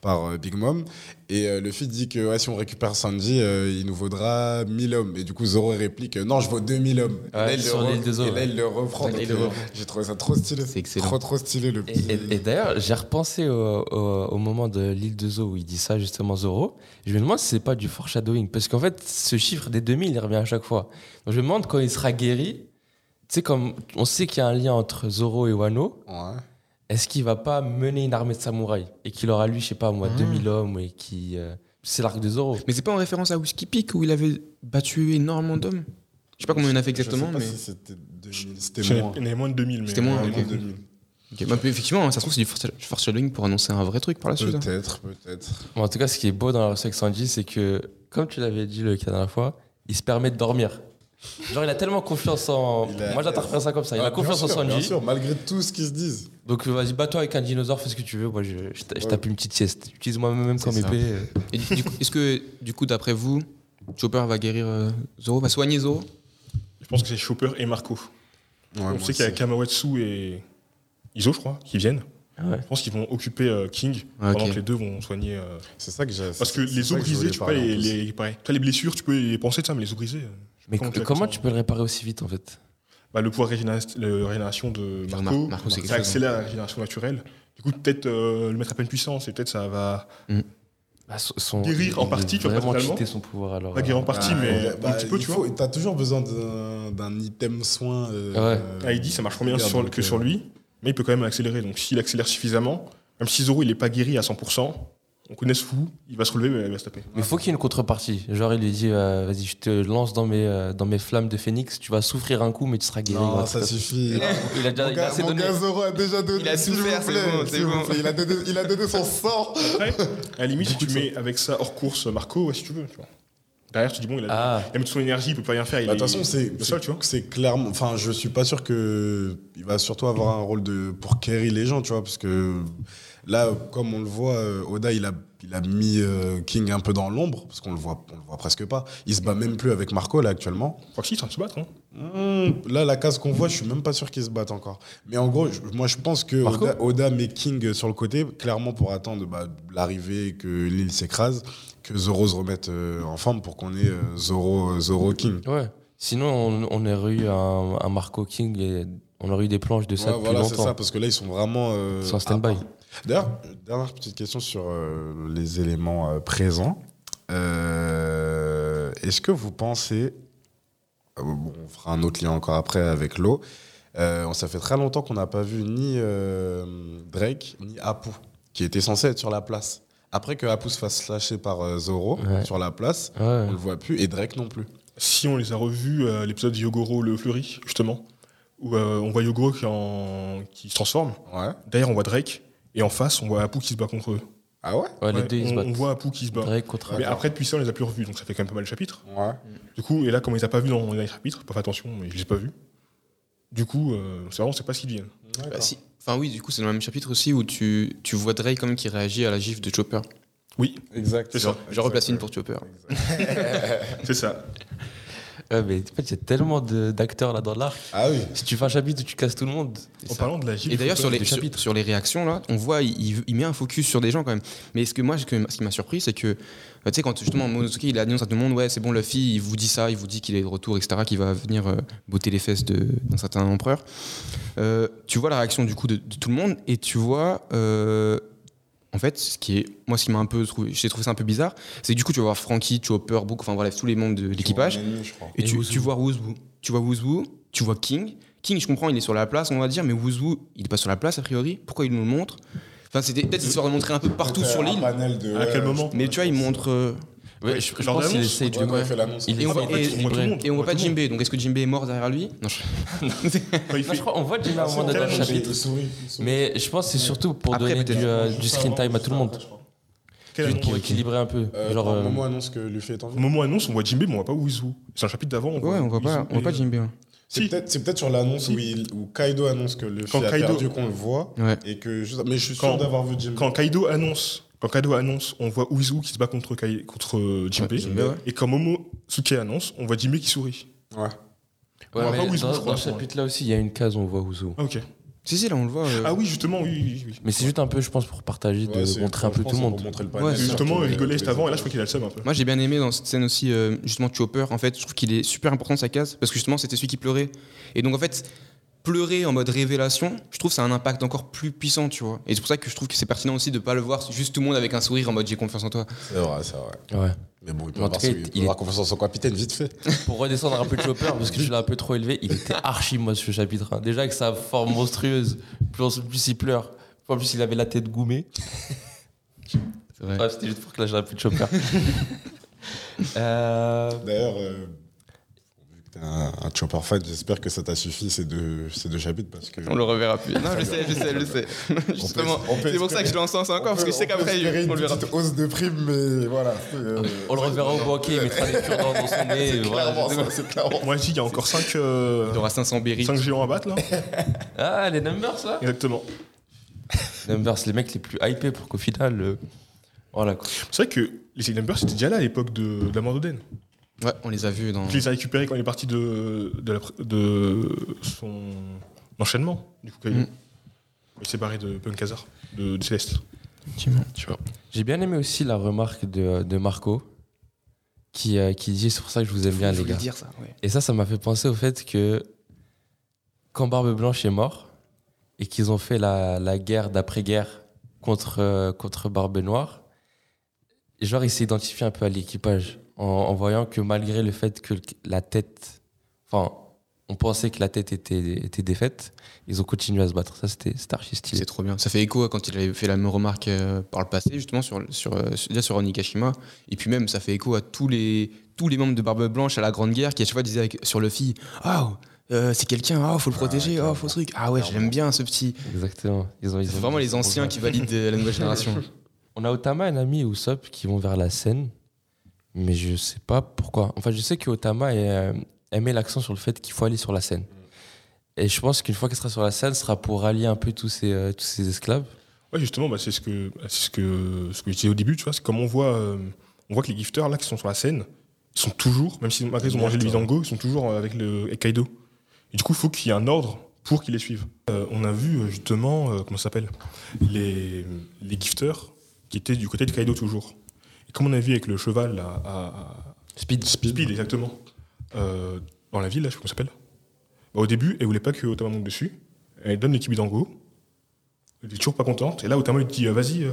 par euh, Big Mom. Et euh, Luffy dit que ouais, si on récupère Sanji, euh, il nous vaudra 1000 hommes. Et du coup, Zoro réplique euh, Non, je vaux 2000 hommes. Et là, Ouais, il le sur re- l'île des eaux, et là, ouais. il le reprend. Ouais, Donc, il le euh, reprend. J'ai trouvé ça trop stylé. C'est excellent. Trop, trop stylé le Et, petit- et- et d'ailleurs, j'ai repensé au, au- au moment de l'île de Zo où il dit ça justement Zoro. Je me demande si c'est pas du foreshadowing parce qu'en fait, ce chiffre des 2000, il revient à chaque fois. Donc je me demande quand il sera guéri. Tu sais, comme on sait qu'il y a un lien entre Zoro et Wano, Ouais. est-ce qu'il va pas mener une armée de samouraïs et qu'il aura lui, je sais pas moi, 2000 hommes et qui euh, c'est l'arc de Zoro. Mais c'est pas en référence à Whiskey Peak où il avait battu énormément d'hommes Je sais pas combien il en a fait exactement, Je sais mais. pas si c'était 2000, Il c'était y en moins. avait- il y en avait moins de 2000. mais- C'était moins, Ouais, ok. moins de 2000. 2000. Ok, bah, effectivement, ça se trouve, c'est du foreshad- foreshadowing pour annoncer un vrai truc par la suite. hein. Peut-être, peut-être. Bon, en tout cas, ce qui est beau dans la relation avec Sanji, c'est que, comme tu l'avais dit le la dernière fois, il se permet de dormir. Genre, il a tellement confiance en. Il a- Moi, j'interprète ça comme ça. Il Ah, a confiance bien sûr, en Sanji. Bien sûr, malgré tout ce qu'ils se disent. Donc euh, vas-y, bats-toi avec un dinosaure, fais ce que tu veux. Moi, je, je ta- je Ouais. tape une petite sieste. Utilise-moi même comme C'est ça. épée. euh. Et du- du coup, Est-ce que, du coup, d'après vous, Chopper va guérir euh, Zoro, va soigner Zoro Je pense que c'est Chopper et Marco. On sait qu'il y a Kamawatsu et Izo, je crois, qui viennent. Ah Ouais. Je pense qu'ils vont occuper euh, King Ah, ok. pendant que les deux vont soigner. euh, C'est ça que j'ai. Parce c'est- que c'est les ça os que je brisés, voulais tu peux parler les, en plus. les réparer. Tu vois, les blessures, tu peux y penser de ça, mais les os brisés. euh, je sais Mais pas co- tu comment l'appelles tu ça. peux le réparer aussi vite en fait bah, Le pouvoir régénération, le régénération de Mar- Marco, Marco, c'est quelque ça chose, accélère la régénération naturelle. Du coup, peut-être euh, le mettre à pleine puissance et peut-être ça va. Bah, son- son- Guérir en il- partie, il tu vois, vraiment pas totalement. quitter son pouvoir alors. euh. Pas guérir en partie, Ah, mais ouais, un bah, petit peu, il tu faut- vois. T'as toujours besoin d'un d'un item soin. euh, Ouais. euh, Ah, il dit ça marche combien regarde, sur, donc, que euh, sur lui, mais il peut quand même accélérer. Donc s'il accélère suffisamment, même si Zoro il n'est pas guéri à 100%, on connaît ce fou, il va se relever, mais il va se taper. Mais faut qu'il y ait une contrepartie. Genre, il lui dit euh, Vas-y, je te lance dans mes, euh, dans mes flammes de phoenix, tu vas souffrir un coup, mais tu seras guéri. Non, Ouais, ça tout à suffit. Ah, fait. Il a déjà Mon il a gars, assez mon donné. gars Zoro a déjà donné. Il a s'il tout vous fait, plaît, c'est bon, s'il c'est vous bon. plaît. Il a donné, il a donné son sang. Après, à la limite, tu mets avec ça hors course Marco, ouais, si tu veux. Tu vois. Derrière, tu dis bon, il a, Ah. il a mis toute son énergie, il peut pas rien faire. il Bah, De est- toute façon, c'est le sol, tu vois. c'est clairement. Enfin, je suis pas sûr que il va surtout avoir un rôle de pour carry les gens, tu vois, parce que là, comme on le voit, euh, Oda, il a il a mis euh, King un peu dans l'ombre parce qu'on le voit, on le voit presque pas. Il se bat même plus avec Marco là actuellement. Je crois que si, ils sont en train de se battre. hein. Hmm, là, la case qu'on voit, je suis même pas sûr qu'ils se battent encore. Mais en gros, je- moi, je pense que Marco Oda, Oda met King sur le côté, clairement pour attendre bah, l'arrivée, que l'île s'écrase, que Zoro se remette euh, en forme pour qu'on ait euh, Zoro, Zoro King. Ouais. Sinon, on, on aurait eu un, un Marco King et on aurait eu des planches de ça Ouais, depuis voilà, c'est longtemps. ça, parce que là, ils sont vraiment. euh, Ils sont en stand-by. à part. D'ailleurs, dernière petite question sur euh, les éléments euh, présents. Euh, Est-ce que vous pensez. Ah bon, bon, on fera un autre lien encore après avec l'eau. Euh, ça fait très longtemps qu'on n'a pas vu ni euh, Drake, ni Apu, qui était censé être sur la place. Après que Apu se fasse lâcher par euh, Zoro Ouais. sur la place, Ouais. on le voit plus, et Drake non plus. Si on les a revus, euh, l'épisode Yogoro le Fleury, justement, où euh, on voit Yogoro qui, en- qui se transforme. Ouais. Derrière, on voit Drake, et en face, on voit Apu qui se bat contre eux. Ah ouais Ouais, les Ouais, deux, ils se on, on battent. voit Apu qui se bat. Drake contre. Mais après, depuis ça, on les a plus revus, donc ça fait quand même pas mal de chapitres. Ouais. Du coup, et là, comme il les a pas vu dans les derniers chapitres, pas fait attention, mais je les ai pas vus. Du coup, euh, c'est vraiment, on sait pas ce qu'ils viennent. Bah, si. Enfin, oui, du coup, c'est dans le même chapitre aussi où tu, tu vois Drake comme qui réagit à la gifle de Chopper. Oui, Exact. C'est Genre, ça. je replace une pour Chopper. c'est ça. Ouais, mais en fait, il y a tellement de- d'acteurs là dans l'arc. Ah oui. Si tu fais un chapitre où tu casses tout le monde, En C'est ça. parlant de la gifle. Et d'ailleurs, sur les, des sur, chapitres. sur les réactions, là, on voit, il, il- il met un focus sur des gens quand même. Mais ce que moi, ce que- ce qui m'a surpris, c'est que, euh, tu sais, quand justement Monosuke, il annonce à tout le monde, ouais, c'est bon, Luffy, il vous dit ça, il vous dit qu'il est de retour, etc., qu'il va venir euh, botter les fesses de- d'un certain empereur. Euh, tu vois la réaction du coup de, de tout le monde et tu vois, euh, en fait, ce qui est, moi, ce qui m'a un peu trouvé, j'ai trouvé ça un peu bizarre, c'est que du coup, tu vas voir Frankie, Chopper, Brook, enfin voilà, tous les membres de l'équipage. Je crois. Et, Et tu, Wuzhou. tu vois Wuzbu. Tu vois Wuzbu, tu vois King. King, je comprends, il est sur la place, on va dire, mais Wuzbu, il est pas sur la place a priori. Pourquoi il nous le montre Enfin, c'était peut-être histoire de montrer un peu partout Euh, sur un l'île. panel de- euh, À quel ouais, moment Mais tu vois, il montre. euh, Ouais, je, je Lors pense de qu'il l'annonce, essaye de. ouais, quand il fait l'annonce. Il Et on essaye va- et- d'équilibrer. on voit tout le monde. Et on voit pas tout le monde. Jimbe, donc est-ce que Jimbe est mort derrière lui Non, je- Enfin, il Non, fait- je crois, on voit Jimmy à un moment donné dans le Tellement chapitre. Il sourit, il sourit. Mais je pense que c'est surtout pour Après, donner peut-être. du, euh, du screen time à tout le monde. Quel Juste annonce pour équilibrer un peu. Euh, Genre, Genre, euh, moment annonce que Luffy est en Au vie. moment annonce, on voit Jimbe, mais on voit pas Wizu. C'est un chapitre d'avant. Ouais, on voit pas, Wizu on voit et- pas Jimbe. hein. C'est Si. peut-être c'est peut-être sur l'annonce où, il- où Kaido annonce que Luffy Quand a Kaido- perdu qu'on le voit. Ouais. Et que juste- Mais je suis Quand- sûr d'avoir vu Jim. Quand Kaido annonce, quand Kaido annonce, on voit Wizu qui se bat contre Kai- contre euh, Jinbei. Ouais, Jinbei, ouais. Et quand Momosuke annonce, on voit Jinbei qui sourit. Ouais. ouais, on voit mais pas Wuzhou, dans, je dans crois, ce ouais. chapitre-là aussi, il y a une case où on voit Ouzo. Ah, ok. Si, si, là, on le voit. euh, Ah oui, justement, oui, oui, oui. Mais c'est juste un peu, je pense, pour partager, Ouais, de c'est- montrer un peu tout franchement, le c'est monde. pour montrer le Ouais, palmarès, Justement, surtout, il rigolait euh, juste avant, et là, je crois qu'il a le seum un peu. Moi j'ai bien aimé dans cette scène aussi euh, justement Chopper. En fait, je trouve qu'il est super important sa case parce que justement c'était celui qui pleurait. Et donc en fait pleurer en mode révélation, je trouve ça a un impact encore plus puissant, tu vois. Et c'est pour ça que je trouve que c'est pertinent aussi de pas le voir juste tout le monde avec un sourire en mode j'ai confiance en toi. C'est vrai, c'est vrai. Ouais. Mais bon, il peut En avoir, tout cas, il peut il est- avoir confiance en son capitaine, vite fait. Pour redescendre un peu de Chopper, parce que je l'ai un peu trop élevé, il était archi moche ce chapitre. hein. Déjà que sa forme monstrueuse, plus, plus il pleure, plus en plus il avait la tête goumée. C'est vrai. Bref, c'était juste pour que là j'ai un peu de Chopper. Euh, D'ailleurs, euh, vu que t'es un, un Chopper fan, j'espère que ça t'a suffi ces deux, ces deux chapitres parce que. On le reverra plus. Non, je sais, je sais, je sais. Justement, on peut c'est pour ça que je l'encense encore parce que je sais qu'après il on le verra. petite hausse de prime, mais voilà. euh, on le reverra au banquet, il mettra des cure-dents dans son nez. voilà. clairement, ça, c'est clairement. Moi, je dis, il y a encore 5 Il y aura 500 berries. géants à battre, là. Ah, les numbers, ça Exactement. Numbers, les mecs les plus hypés pour qu'au final. euh, Voilà quoi. C'est vrai que les Silent Numbers, c'était déjà là à l'époque de, de la mort d'Oden. Ouais, on les a vus dans. Je les ai récupérés quand il est parti de, de, la pr- de son enchaînement, du coup, quand il- Mm. quand il s'est barré de Bunkazar, de, de Céleste. Tu vois. J'ai bien aimé aussi la remarque de, de Marco qui, euh, qui dit c'est pour ça que je vous aime bien, les gars. dire ça. ouais. Et ça, ça m'a fait penser au fait que quand Barbe Blanche est mort et qu'ils ont fait la, la guerre d'après-guerre contre, euh, contre Barbe Noire, genre, il s'est identifié un peu à l'équipage en, en voyant que malgré le fait que le- la tête. Enfin, on pensait que la tête était, était défaite, ils ont continué à se battre. Ça, c'était c'était archi stylé. C'est trop bien. Ça fait écho à quand il avait fait la même remarque euh, par le passé, justement, sur, sur, euh, sur- déjà sur Onikashima. Et puis même, ça fait écho à tous les, tous les membres de Barbe Blanche à la Grande Guerre qui, à chaque fois, disaient avec- sur Luffy Ah, oh, euh, c'est quelqu'un, ah, faut le protéger, ah, faut ce truc. Ah ouais, j'aime bien ce petit. Exactement. Ils ont, ils C'est ont- vraiment les anciens qui valident euh, la nouvelle génération. On a Otama, un ami, et Usopp qui vont vers la scène, mais je sais pas pourquoi. Enfin, je sais que Otama est, euh, elle met l'accent sur le fait qu'il faut aller sur la scène. Et je pense qu'une fois qu'elle sera sur la scène, ce sera pour rallier un peu tous ces, euh, tous ces esclaves. Ouais, justement, bah, c'est ce que, c'est ce que, ce que je disais au début, tu vois, c'est comme on voit, euh, on voit que les gifters, là, qui sont sur la scène, ils sont toujours, même si malgré ils ont mangé le vidango, ils sont toujours euh, avec le avec Kaido. Et du coup, il faut qu'il y ait un ordre pour qu'ils les suivent. Euh, on a vu, euh, justement, euh, comment ça s'appelle les, les gifters qui étaient du côté de Kaido toujours. Et comme on a vu avec le cheval, là, à, Speed. Speed, exactement, euh, dans la ville, là, je sais pas comment ça s'appelle. Bah, au début, elle voulait pas que Otama monte dessus. Elle donne l'équipe Dango. Elle est toujours pas contente. Et là, Otama lui dit euh, Vas-y, euh,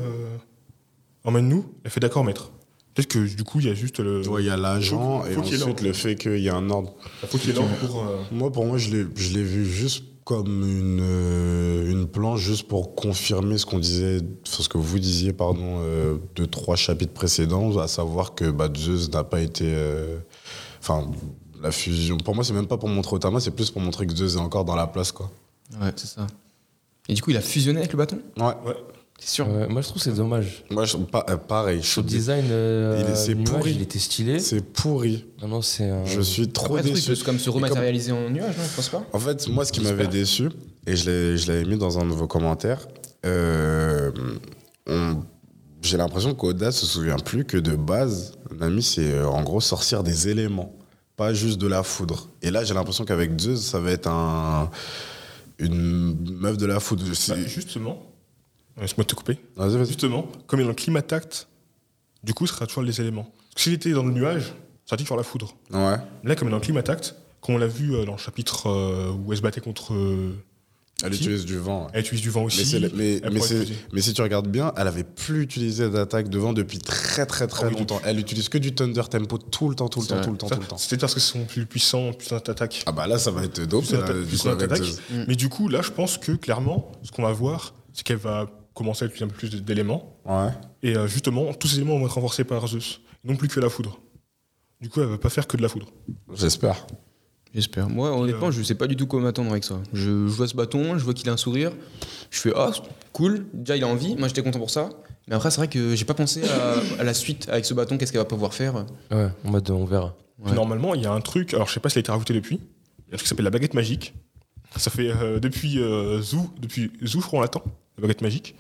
emmène-nous. Elle fait D'accord, maître. Peut-être que du coup, il y a juste le. Ouais, il y a l'agent Faut- et faut qu'il y ait ensuite l'ordre. le fait qu'il y ait un ordre. faut qu'il y ait l'ordre pour. euh, Moi, pour moi, je l'ai, je l'ai vu juste comme une, euh, une planche, juste pour confirmer ce qu'on disait, enfin, ce que vous disiez, pardon, euh, de trois chapitres précédents, à savoir que bah, Zeus n'a pas été. euh, Enfin, la fusion. Pour moi, c'est même pas pour montrer Otama, c'est plus pour montrer que Zeus est encore dans la place, quoi. ouais, c'est ça. Et du coup, il a fusionné avec le bâton Ouais. Ouais. C'est sûr. Ouais, Euh, moi, je trouve que c'est dommage. Moi, je, pas, euh, pareil, je Au suis dé- design, euh, Il est- c'est l'image, pourri. il était stylé. C'est pourri. Non, non, c'est euh, un- Je suis trop Après, ce truc déçu. peut se- comme se rematérialiser en nuage, non, je pense pas. En fait, moi, ce qui m'avait déçu, et je l'ai- je l'avais mis dans un de vos commentaires, euh, on- j'ai l'impression qu'Oda se souvient plus que de base, Nami, c'est euh, en gros sortir des éléments, pas juste de la foudre. Et là, j'ai l'impression qu'avec Zeus, ça va être un, une meuf de la foudre. C'est- Bah, justement. euh, Laisse-moi te couper. Vas-y, vas-y. Justement, comme il est dans le climat tact, du coup, ce sera toujours les éléments. Parce que S'il était dans le nuage, ça aurait été sur la foudre. Ouais. Là, comme il est dans le climat tact, comme on l'a vu euh, dans le chapitre euh, où elle se battait contre. euh, Elle Qui utilise du vent. ouais. elle utilise du vent Mais, aussi. c'est le- mais- elle mais pourrait c'est- exploser. mais si tu regardes bien, elle avait plus utilisé d'attaque de vent depuis très très très Ah oui, longtemps. Elle utilise que du thunder tempo tout le temps, tout le C'est temps, vrai. tout le temps, Ça, tout le temps. C'était parce que c'est son plus puissant, putain d'attaque. Ah bah là, ça va être dope. Putain là, d'atta- du coup, putain avec euh, d'attaque. Zeus. Mais du coup, là, je pense que clairement, ce qu'on va voir, c'est qu'elle va commencer à utiliser un peu plus d'éléments. Ouais. Et euh, justement, tous ces éléments vont être renforcés par Zeus, non plus que la foudre. Du coup, elle va pas faire que de la foudre. J'espère. J'espère. euh, Moi, honnêtement, je sais pas du tout quoi m'attendre avec ça. Je, je vois ce bâton, je vois qu'il a un sourire. Je fais ah cool. Déjà, il a envie. Moi, j'étais content pour ça. Mais après, c'est vrai que j'ai pas pensé à, à la suite avec ce bâton. Qu'est-ce qu'elle va pouvoir faire Ouais, en mode, on verra. Ouais. Normalement, il y a un truc, alors je sais pas si elle a été rajouté depuis, il y a un truc qui s'appelle la baguette magique. Ça fait euh, depuis euh, Zou, depuis Zou, je crois, on l'attend, la baguette magique.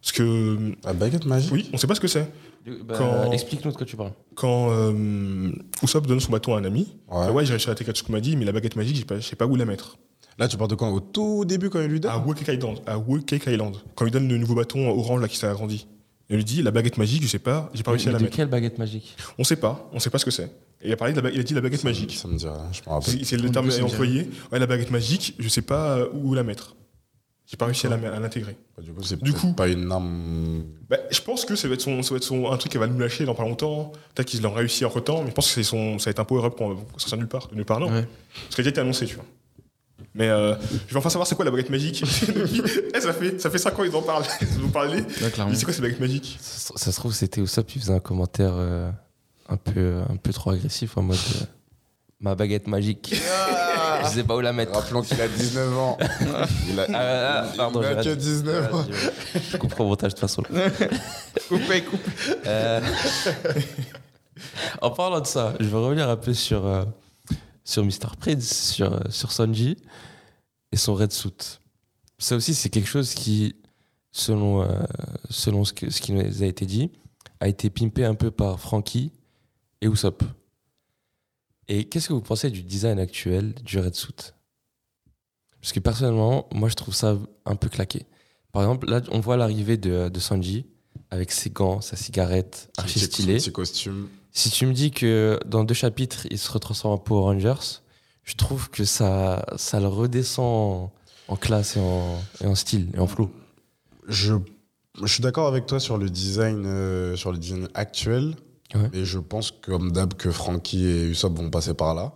Parce que, euh, La baguette magique oui, on sait pas ce que c'est. Bah, Quand- Explique-nous de quoi tu parles. Quand euh, Usopp donne son bâton à un ami, bah Ouais. Ah ouais, j'ai réussi à rater Katsukumadi, mais la baguette magique, j'ai pas- je sais pas où la mettre. Là, tu parles de quand Au tout début, quand il lui donne à Woke Island, à Woke Island, quand il donne le nouveau bâton orange là qui s'est agrandi. Il lui dit la baguette magique, je sais pas, Ah j'ai pas réussi à Mais la de mettre. quelle baguette magique On sait pas, on sait pas ce que c'est. Et il a parlé de la ba- il a dit la baguette magique. Ça me dit rien, je me rappelle. C'est c'est le terme qu'il a employé. Ouais, la baguette magique, je sais pas euh, où la mettre. J'ai pas réussi à la ma- à l'intégrer. Bah, Du coup, c'est Du peut-être coup- pas une arme. Bah, je pense que ça va être, son, ça va être son- un truc qui va nous lâcher dans pas longtemps. Peut-être qu'ils l'ont réussi entre temps, mais je pense que c'est son, ça va être un power-up qu'on va sortir nulle part, de nulle part, non. Ouais. Parce qu'elle a déjà été annoncée, tu vois. Mais euh, je vais enfin savoir c'est quoi la baguette magique. Eh, ça fait ça fait 5 ans ils en parlent, ils en parlent. Ah Ouais, clairement. Mais c'est quoi cette baguette magique Ça, ça se trouve, c'était Usopp qui faisait un commentaire euh, un, peu, un peu trop agressif en mode euh, ma baguette magique. je sais pas où la mettre. Rappelons qu'il a 19 ans. Il a, Ah, ah, pardon, il a j'ai que raté. 19 ans. Je comprends le montage de toute façon. Coupé, coupé. Euh, en parlant de ça, je vais revenir un peu sur, euh, sur Mr. Prince, sur, euh, sur Sanji et son red suit. Ça aussi, c'est quelque chose qui, selon, euh, selon ce, que- ce qui nous a été dit, a été pimpé un peu par Frankie et Usopp. Et qu'est-ce que vous pensez du design actuel du red suit Parce que personnellement, moi, je trouve ça un peu claqué. Par exemple, là, on voit l'arrivée de, de Sanji avec ses gants, sa cigarette, archi Petit- stylé. Petit costume. Si tu me dis que dans deux chapitres, il se retransforme en Power Rangers, je trouve que ça, ça le redescend en, en classe et en, et en style et en flow. Je, je suis d'accord avec toi sur le design, euh, sur le design actuel. Ouais. Mais je pense, comme d'hab, que Frankie et Usopp vont passer par là.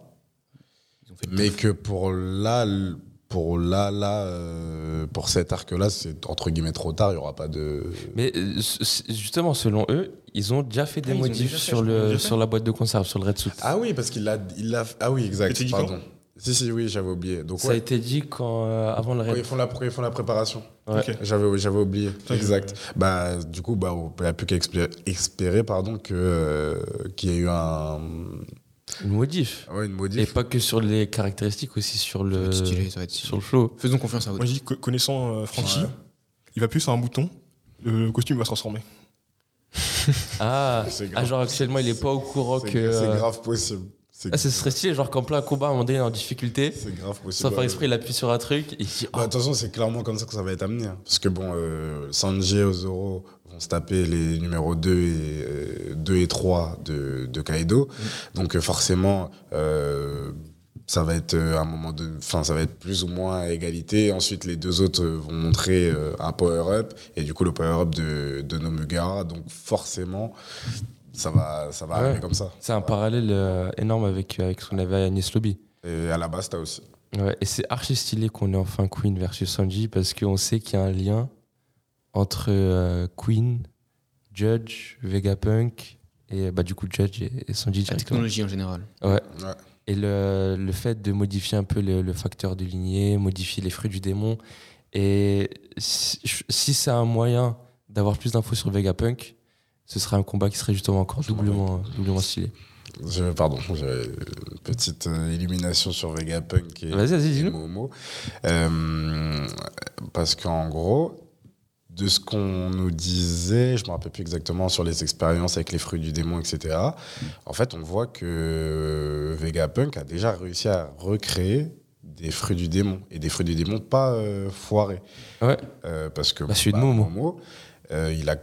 Ils ont fait Mais que pour là, l- pour là, là, euh, pour cet arc-là, c'est entre guillemets trop tard. Il n'y aura pas de. Mais euh, c- c- justement, selon eux, ils ont déjà fait des Ah, ils ont motifs déjà fait, sur, je crois, ils ont le, déjà fait. sur la boîte de conserve, sur le Red Suit. Ah oui, parce qu'il a, il a. Ah oui, Et exact. tu dis Pardon. Si si oui, j'avais oublié. Donc Ça a ouais, été dit quand, euh, avant le quand Red ils font la, quand ils font la préparation. Ouais. Ok. J'avais, j'avais oublié. Putain, exact. je- Bah, du coup, bah, on n'a plus qu'à expé- espérer, pardon, que, euh, qu'il y ait eu un, Une modif. Ah ouais, une Et modif. pas que sur les caractéristiques, aussi sur le, Ça va être stylé, ça va être stylé. sur le flow. Faisons confiance à vous. Moi je dis co- connaissant euh, Frankie, Ouais. il va plus sur un bouton, le costume va se transformer. Ah, C'est ah, grave. genre actuellement, il est pas au courant c'est, que. c'est euh, grave possible. C'est, Ah, ce serait stylé, genre qu'en plein combat, à un moment donné, il est en difficulté. c'est grave possible. Sans faire exprès, il appuie sur un truc et il dit Bah, de toute façon, c'est clairement comme ça que ça va être amené. hein. Parce que bon, euh, Sanji et Ozoro vont se taper les numéros 2 et, euh, 2 et 3 de, de Kaido. Mm. Donc euh, forcément, euh, ça va être euh, à un moment de, enfin, ça va être plus ou moins à égalité. Ensuite, les deux autres euh, vont montrer euh, un power-up et du coup le power-up de, de Nomugara. Donc forcément, ça va, ça va Ouais. arriver comme ça. C'est un parallèle euh, énorme avec, euh, avec ce qu'on avait à Agnès Lobby. Et à la base, t'as aussi. Ouais, et c'est archi stylé qu'on ait enfin Queen versus Sanji parce qu'on sait qu'il y a un lien entre euh, Queen, Judge, Vegapunk et bah, du coup Judge et, et Sanji La directement. technologie en général. Ouais. Et le, le fait de modifier un peu le, le facteur de lignée, modifier les fruits du démon. Et si, si c'est un moyen d'avoir plus d'infos sur Vegapunk, ce serait un combat qui serait justement encore doublement, doublement stylé. Je- pardon, j'avais une petite euh, illumination sur Vegapunk et, Vas-y, vas-y, et dis-nous. Momo. Euh, parce qu'en gros, de ce qu'on nous disait, je me rappelle plus exactement sur les expériences avec les fruits du démon, etc. Mm. En fait, on voit que Vegapunk a déjà réussi à recréer des fruits du démon et des fruits du démon pas euh, foirés. Ouais. Euh, parce que Bah, celui de Momo. euh, il, a,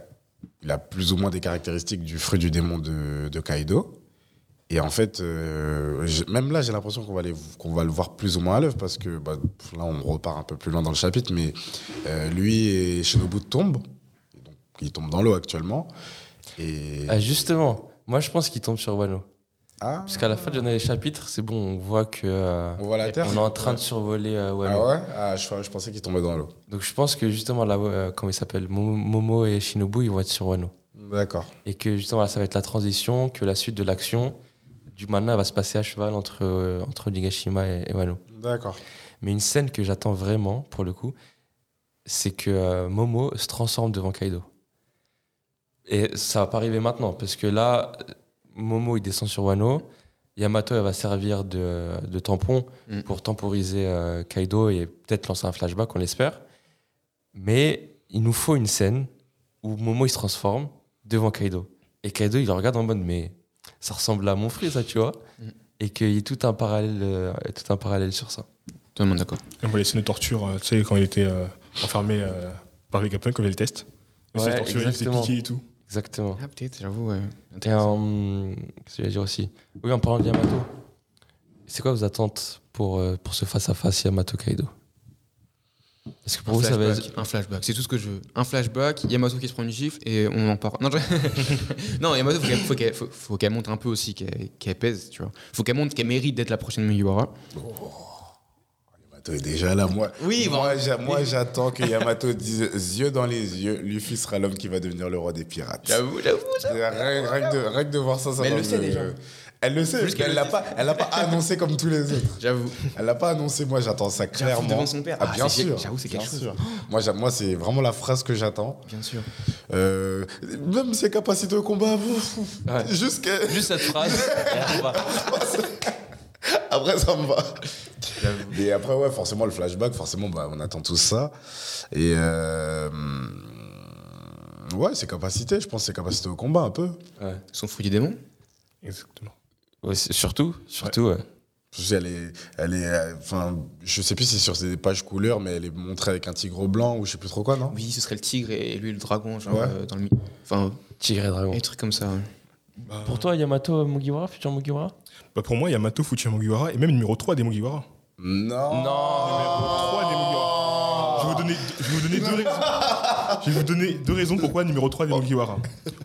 il a plus ou moins des caractéristiques du fruit du démon de, de Kaido. Et en fait, euh, j'ai- même là, j'ai l'impression qu'on va, les- qu'on va le voir plus ou moins à l'œuvre parce que bah, pff, là, on repart un peu plus loin dans le chapitre, mais euh, lui et Shinobu tombent. Et donc, ils tombent dans l'eau actuellement. Et. Ah, justement, moi je pense qu'il tombe sur Wano. Ah, Parce qu'à la fin du dernier chapitre, c'est bon, on voit que euh, on voit la terre on est en train de survoler euh, Wano. Ah ouais Ah, je, je pensais qu'ils tombaient dans l'eau. Donc je pense que justement, là, euh, comment il s'appelle Mo- Momo et Shinobu, ils vont être sur Wano. D'accord. Et que justement, là, ça va être la transition, que la suite de l'action du mana va se passer à cheval entre, euh, entre Nigashima et, et Wano. D'accord. Mais une scène que j'attends vraiment, pour le coup, c'est que euh, Momo se transforme devant Kaido. Et ça va pas arriver maintenant, parce que là, euh, Momo, il descend sur Wano. Yamato, elle va servir de, de tampon Mm. pour temporiser euh, Kaido et peut-être lancer un flashback, on l'espère. Mais il nous faut une scène où Momo, il se transforme devant Kaido. Et Kaido, il le regarde en mode, mais ça ressemble à mon fruit, ça, tu vois Mm. Et qu'il y ait tout un parallèle, euh, tout un parallèle sur ça. Totalement d'accord. On va laisser une torture, euh, tu sais, quand il était euh, enfermé euh, par les Captain, quand il y avait le test. Il s'est Ouais, torturé, il s'est exactement. piqué et tout. Exactement. Ah, peut-être, j'avoue, ouais. Et en- Qu'est-ce que je vais dire aussi Oui, en parlant de Yamato, c'est quoi vos attentes pour, euh, pour ce face-à-face Yamato Kaido Est-ce que pour un, vous, ça va flashback, être. un flashback, c'est tout ce que je veux. Un flashback, Yamato qui se prend une gifle et on en parle. Non, je- Non, Yamato, faut qu'elle, faut, qu'elle, faut- faut qu'elle monte un peu aussi, qu'elle, qu'elle pèse, tu vois. Faut qu'elle montre qu'elle mérite d'être la prochaine Mugiwara. Yamato est déjà là, moi. Oui, moi, j'a- moi, j'attends que Yamato dise yeux dans les yeux, Luffy sera l'homme qui va devenir le roi des pirates. J'avoue, j'avoue. Rien, rien que de, rien que de voir ça, ça Mais elle va le sait me- déjà. Elle le sait, Juste mais elle qu'elle le l'a sait. pas, elle l'a pas annoncé comme tous les autres. J'avoue. Elle l'a pas annoncé, moi j'attends ça clairement. devant son père. Ah, Ah, bien c'est- sûr. j'avoue, c'est quelque bien chose. sûr. Moi, j'a- moi c'est vraiment la phrase que j'attends. Bien sûr. Euh, même ses capacités au combat, ouf, ouf. Ouais. jusqu'à. Juste cette phrase. et on va- Après, ça me va. Et après, ouais, forcément, le flashback, forcément, bah, on attend tout ça. Et. euh, Ouais, ses capacités, je pense, ses capacités au combat un peu. Ouais. Son fruit du démon Exactement. Ouais, c'est- surtout, surtout, ouais. Je sais, elle est, elle est, euh, enfin, je sais plus si c'est sur des pages couleurs, mais elle est montrée avec un tigre blanc ou je sais plus trop quoi, non Oui, ce serait le tigre et lui le dragon, genre, Ouais. euh, dans le mi- Enfin, Tigre et dragon. des trucs comme ça. ouais. Bah, Pour toi, Yamato Mugiwara, futur Mugiwara bah, pour moi, Yamato foutu à Mugiwara et même numéro 3 des Mugiwara. Non. Non. Numéro 3 des Mugiwara. Je vais vous donner, je vais vous donner deux raisons. Je vais vous donner deux raisons pourquoi numéro 3 des Mugiwara.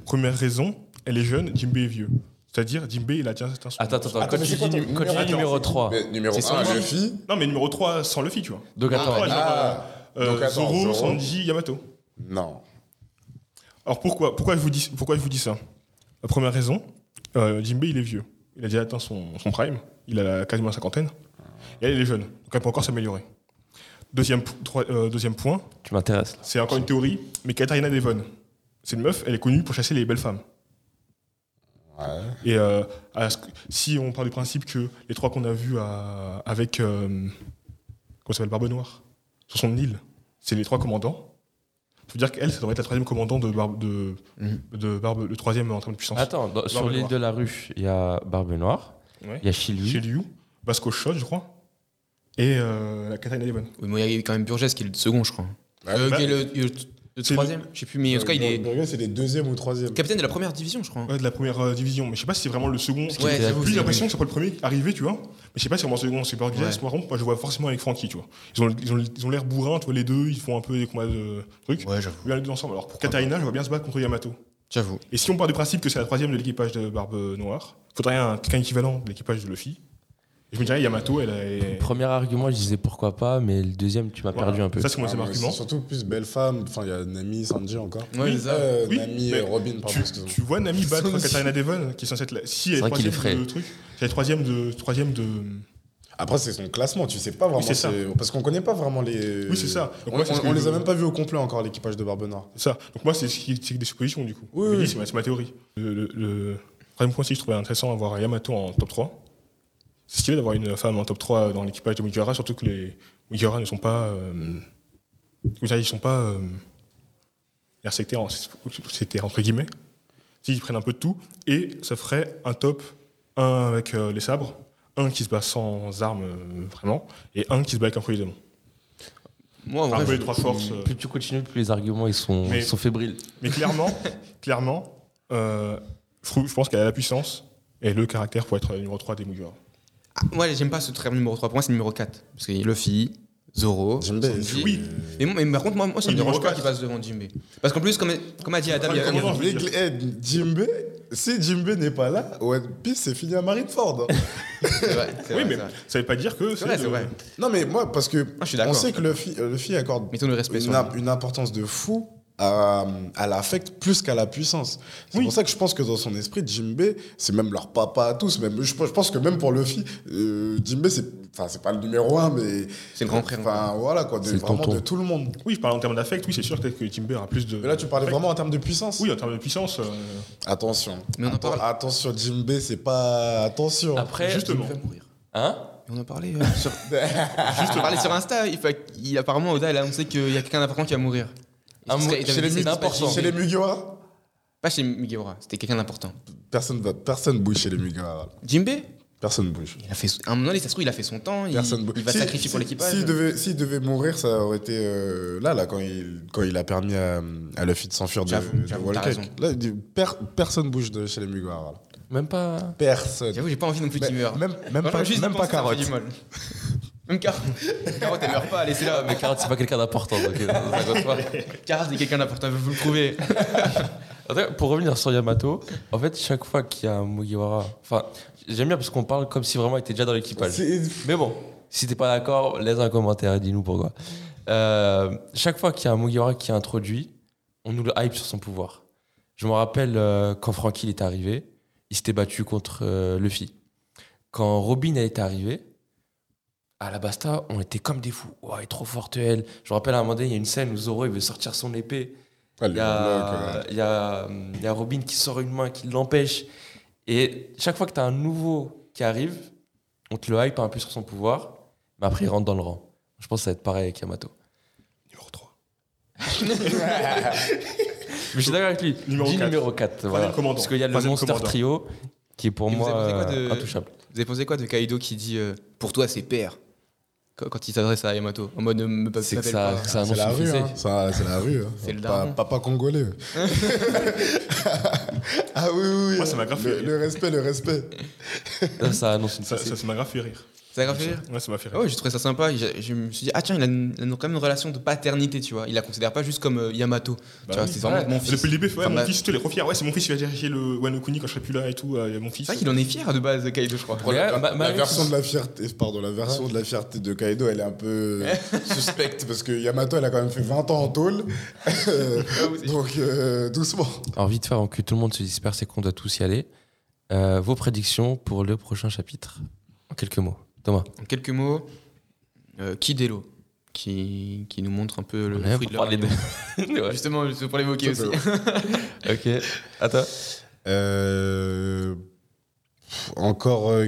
Première raison, elle est jeune, Jinbei est vieux. C'est-à-dire, Jinbei, il a déjà cet instrument. Attends, attends, attends. Attends, quand mais tu c'est quoi dis ton nu- quand tu numéro- dis numéro 3. Mais numéro C'est sans 1, moi. Luffy. Non, mais numéro 3 sans Luffy, tu vois. Donc Numéro attends, trois, ouais. genre, Ah. euh, Donc, attends, Zoro, Zoro. Sanji, Yamato. Non. Alors pourquoi, pourquoi, je vous dis, pourquoi je vous dis ça La première raison, euh, Jinbei, il est vieux. Il a déjà atteint son, son prime. Il a quasiment la cinquantaine. Et elle, elle est jeune. Donc elle peut encore s'améliorer. Deuxième, po- trois- euh, deuxième point, tu m'intéresses. là. c'est encore une théorie, mais Katarina Devon, c'est une meuf, elle est connue pour chasser les belles femmes. Ouais. Et euh, à ce que- si on part du principe que les trois qu'on a vus à- avec. euh, comment ça s'appelle Barbe Noire Sur son île, c'est les trois commandants. Ça veut dire qu'elle, ça devrait être la troisième commandant de Barbe. De, Mhm. de Barbe le troisième en termes de puissance. Attends, dans- sur Barbe l'île Noire. de la Ruche, il y a Barbe Noire, Ouais. il y a Chilu. Chez Liu, Vasco Shot, je crois. Et euh, la Katarina Devon. Oui, mais il y a eu quand même Burgess qui est le second, je crois. Euh, bah, qui est le, le- le c'est troisième Je sais plus, mais en tout cas, il est Burger, Euh, c'est les deuxième ou troisième. capitaine de la première division, je crois. Ouais, de la première euh, division, mais je sais pas si c'est vraiment le second. qu'il était Ouais, la j'avoue. J'ai c'est- l'impression que c'est pas le premier arrivé, tu vois. Mais je sais pas si c'est vraiment second, c'est pas Ouais. Guinness. Par contre, moi, je vois forcément avec Frankie, tu vois. Ils ont ils ont- ils ont l'air bourrins, tu vois, les deux, ils font un peu des combats de trucs. Ouais, j'avoue. Je vois les deux ensemble. Alors pour Katarina, je vois bien se battre contre Yamato. J'avoue. Et si on part du principe que c'est la troisième de l'équipage de Barbe Noire, faudrait un quelqu'un équivalent de l'équipage de Luffy. Et je me dirais, Yamato, elle est. Premier argument, je disais pourquoi pas, mais le deuxième, tu m'as Voilà. perdu un peu. Ça, c'est mon Ah, deuxième mais argument. c'est Surtout plus belle femme. Enfin, il y a Nami, Sanji encore. Ouais, c'est ça. Euh, Oui, Nami mais et Robin, pardon. Tu, excuse-moi. tu vois Nami battre Aussi. Katarina Devon, qui est censée être la. Si elle C'est est vrai qu'il est troisième de truc, c'est la troisième de. Troisième de... Après, c'est son classement. Tu sais pas vraiment. Oui, c'est ça. c'est- Parce qu'on connaît pas vraiment les. Oui, c'est ça. Donc, On, moi, c'est ce on- que on je- les a même pas vus au complet encore, l'équipage de Barbe Noire. C'est ça. Donc moi, c'est c'est- c'est des suppositions du coup. Oui, Je oui. dis, c'est ma, c'est ma théorie. Le, le- le troisième point aussi, je trouvais intéressant avoir Yamato en top 3. C'est stylé d'avoir une femme en top 3 dans l'équipage de Mugiwara, surtout que les Mugiwara ne sont pas... Euh, comment dire, ils sont pas... Euh, RCT, en- c'était entre guillemets. Si, Ils prennent un peu de tout. Et ça ferait un top, un avec euh, les sabres, un qui se bat sans armes euh, vraiment, et un qui se bat avec un fruit des démons. Moi, en Un vrai, peu je- les trois forces. euh, Plus tu continues, plus les arguments ils sont, Mais- sont fébriles. Mais clairement, clairement euh, Frou, je pense qu'elle a la puissance et le caractère pour être numéro 3 des Mugiwara. Ah, moi, j'aime pas ce trait numéro 3. Pour moi, c'est numéro 4. Parce qu'il y a Luffy, Zoro, Jinbei, Sanji. euh, oui. Mais, moi- mais par contre, moi, moi ça Oui, me dérange numéro pas quatre. qu'il passe devant Jimbe. Parce qu'en plus, comme, comme a dit Adam, il y a- Ah, mais comment il y je veux dire. Eh, Jimbe, si Jimbe n'est pas là, One Piece c'est fini à Marineford. a- c'est vrai, c'est Oui, vrai, mais c'est vrai. ça veut pas dire que C'est vrai, de- c'est vrai. non mais moi parce que Ah, je suis on d'accord. sait que Luffy, euh, Luffy accorde Mettons le respect sur une, lui. imp- une importance de fou à, à l'affect plus qu'à la puissance. C'est Oui. pour ça que je pense que dans son esprit, Jimbe, c'est même leur papa à tous. Même, je, pense- je pense que même pour Luffy, euh, Jimbe, c'est enfin, c'est pas le numéro un, mais. C'est le grand frère, Enfin, voilà, quoi, de- C'est le vraiment tonton. de tout le monde. Oui, je parle en termes d'affect, oui, c'est sûr peut-être que Timber a plus de. Mais là, tu parlais d'affect. vraiment en termes de puissance. Oui, en termes de puissance. euh, Attention. Mais on en Atten- parle. Attention, Jimbe, c'est pas. Attention. Eh, Après, Justement. Il va mourir. hein Et on en parlait euh, sur, juste on parlait sur Insta. Il fait- il- apparemment, Oda, elle a annoncé qu'il y a quelqu'un d'important qui va mourir. Et Un ce mou- serait- il chez avait les dit, Mugi- c'est pas c'est Jimbe. Chez les Mugiwara Pas chez Mugiwara, c'était quelqu'un d'important. Personne va, personne bouge chez les Mugiwara. Jimbe Personne bouge. Il a fait, à un moment donné, ça se trouve, il a fait son temps. Il, Personne bouge. il va Si- sacrifier pour si- l'équipage. S'il devait, s'il devait mourir, ça aurait été euh, là, là, quand il, quand il a permis à, à Luffy de s'enfuir de, J'avoue, de j'avoue, Whole t'as Cake. raison. Là, il dit, per- personne bouge de chez les Mugiwara. là. Même pas. Personne. J'avoue, j'ai pas envie non plus Mais- qu'il meure. Même, même Voilà, pas, juste même de pas penser, ça me carotte. fait du mal. Même Carotte. Carotte, elle meurt pas, laissez la Mais Carotte, c'est pas quelqu'un d'important. donc, euh, ça compte pas. Carotte est quelqu'un d'important, je vais vous le prouver. Attends, Pour revenir sur Yamato, en fait, chaque fois qu'il y a un Mugiwara. Enfin, j'aime bien parce qu'on parle comme si vraiment il était déjà dans l'équipage. C'est- Mais bon, si t'es pas d'accord, laisse un commentaire et dis-nous pourquoi. Euh, chaque fois qu'il y a un Mugiwara qui est introduit, on nous le hype sur son pouvoir. Je me rappelle euh, quand Frankie il est arrivé, il s'était battu contre euh, Luffy. Quand Robin elle était arrivée, à la Basta, on était comme des fous. Ouah, elle est trop forte, elle. Je me rappelle à un moment donné, il y a une scène où Zoro il veut sortir son épée. Ah, le Il y bloc, ouais. a, il y a, hum, il y a Robin qui sort une main, qui l'empêche. Et chaque fois que tu as un nouveau qui arrive, on te le hype un peu sur son pouvoir, mais après il rentre dans le rang. Je pense que ça va être pareil avec Yamato. Numéro 3. Mais je suis d'accord avec lui. Numéro Dis quatre. numéro 4. commandant. Parce qu'il y a le Troisième Monster commandant. Trio qui est pour Et vous moi avez pensé quoi euh, de- intouchable. Vous avez pensé quoi de Kaido qui dit euh, Pour toi, c'est père Quand quand il s'adresse à Yamato, en mode ne me C'est m'appelle que ça, pas. ça C'est annonce la une rue, fessée. hein. Ça, c'est la rue. hein. C'est le Pa- daron. Papa congolais. ah oui, oui, oui. Moi, ça m'a grave fait le, rire. le respect, le respect. Ça, ça annonce une Ça, fessée. ça, ça m'a grave fait rire. Ça a grave fait rire Ouais, ça m'a fait Ah rire. ouais, j'ai trouvé ça sympa. et j'ai- Je me suis dit, ah tiens, il a, une- il a quand même une relation de paternité, tu vois. Il la considère pas juste comme euh, Yamato. tu vois, Bah oui, c'est vraiment ouais. mon fils. Depuis le début, ouais, Enfin, mon bah, fils, tu les refiers. Ouais, c'est mon fils qui va chercher le Wano Kuni quand je serai plus là et tout. euh, Il y a mon fils. C'est vrai qu'il en est fier de base, Kaido, je crois. Mais là, ma- la malgré version tout- de la fierté, pardon, la version de la fierté de Kaido, elle est un peu suspecte parce que Yamato, elle a quand même fait 20 ans en tôle. Donc euh, doucement. Alors vite faire, en que tout le monde se disperse et qu'on doit tous y aller. Euh, vos prédictions pour le prochain chapitre En quelques mots. Thomas, En quelques mots, euh, Kidelo, qui, qui nous montre un peu le on est là fruit pour de leur parler de... Ouais. Justement, juste pour l'évoquer aussi. Ça, Ok, à toi. Euh, pff, encore euh,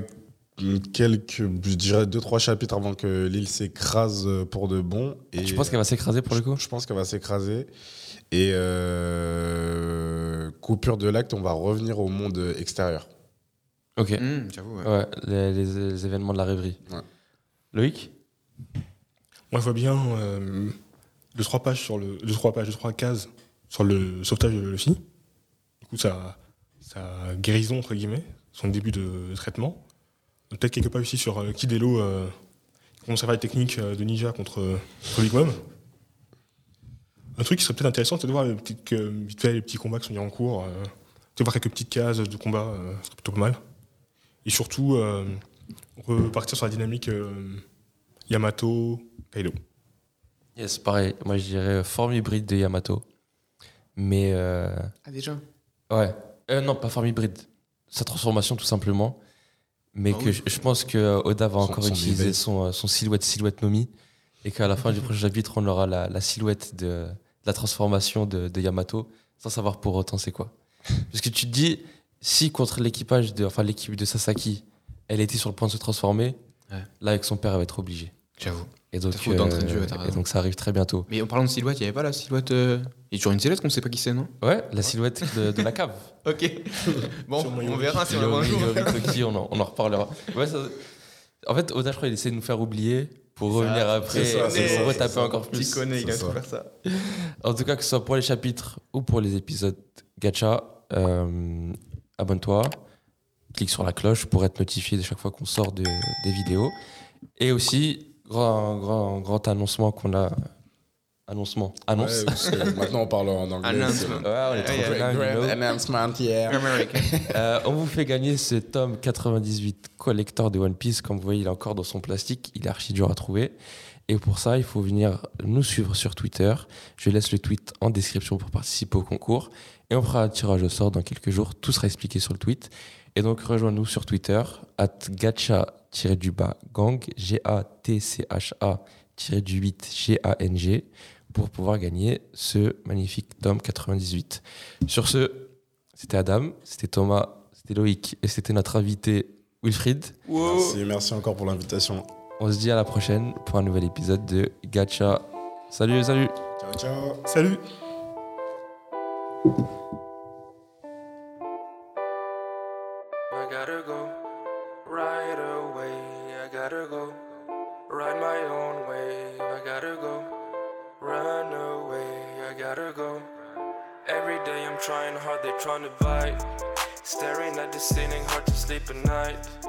quelques, je dirais deux trois chapitres avant que l'île s'écrase euh, pour de bon. Et Tu penses qu'elle va s'écraser pour le coup Je pense qu'elle va s'écraser. Et euh, coupure de l'acte, on va revenir au monde extérieur. Ok. Mmh, J'avoue, ouais. Ouais, les, les- les événements de la rêverie. Ouais. Loïc Moi, je vois bien euh, deux, trois pages sur le. Deux, trois pages, deux, trois cases sur le sauvetage de Luffy. Du coup, sa, sa guérison, entre guillemets, son début de traitement. Peut-être quelques pages aussi sur euh, Kidelo, euh, qui commence à faire des techniques euh, de ninja contre, euh, contre Big Mom. Un truc qui serait peut-être intéressant, c'est de voir les petits, les petits combats qui sont mis en cours. euh, de voir quelques petites cases de combat, euh, ce serait plutôt pas mal. Et surtout, euh, repartir sur la dynamique euh, Yamato, Kaido. Yes, pareil. Moi, je dirais euh, forme hybride de Yamato. Mais. euh, Ah, déjà ouais. Euh, non, pas forme hybride. Sa transformation, tout simplement. Mais Ah que oui. je, je pense que euh, Oda va Son- encore son utiliser éveil. son, euh, son silhouette, silhouette Nomi. Et qu'à la fin du prochain chapitre, on aura la, la silhouette de, de la transformation de, de Yamato, sans savoir pour autant c'est quoi. Parce que tu te dis, si contre l'équipage de, enfin, l'équipe de Sasaki, elle était sur le point de se transformer, Ouais. là, avec son père, elle va être obligée. J'avoue. Et donc, euh, T'as faute d'entrée de jeu, t'as et raison. donc ça arrive très bientôt. Mais en parlant de silhouette, il n'y avait pas la silhouette. euh, Il y a toujours une silhouette qu'on ne sait pas qui c'est, non Ouais, la silhouette de, de la cave. Ok. bon, Sûrement on Yorick. verra si on le voit un jour. Yori Toki, on en, on en reparlera. Ouais, ça- en fait, Oda, je crois, il essaie de nous faire oublier pour C'est ça, revenir après c'est ça, et c'est pour ça, retaper c'est ça. encore Petit plus. connais, il a c'est toujours ça. En tout cas, que ce soit pour les chapitres ou pour les épisodes gacha, euh, abonne-toi, clique sur la cloche pour être notifié de chaque fois qu'on sort de- des vidéos. Et aussi, grand, grand, grand annoncement qu'on a. Annoncement. Annonce. Ouais, parce que maintenant, on parle en anglais. Announcement. Ouais, on est trop Ah, Ouais, ouais, bien, you know. announcement hier. American. Euh, on vous fait gagner ce tome 98 collector de One Piece. Comme vous voyez, il est encore dans son plastique. Il est archi dur à trouver. Et pour ça, il faut venir nous suivre sur Twitter. Je laisse le tweet en description pour participer au concours. Et on fera un tirage au sort dans quelques jours. Tout sera expliqué sur le tweet. Et donc, rejoins-nous sur Twitter, at gacha-du-bas gang, G-A-T-C-H-A-du-8 G-A-N-G, pour pouvoir gagner ce magnifique tome 98. Sur ce, c'était Adam, c'était Thomas, c'était Loïc et c'était notre invité Wilfried. Wow. Merci, merci encore pour l'invitation. On se dit à la prochaine pour un nouvel épisode de Gacha. Salut, salut Ciao, ciao. Salut I gotta go. Right away, I gotta go. Ride my own way, I gotta go. Run away, I gotta go. Every day I'm trying hard, they trying to bite. Staring at the ceiling, hard to sleep at night.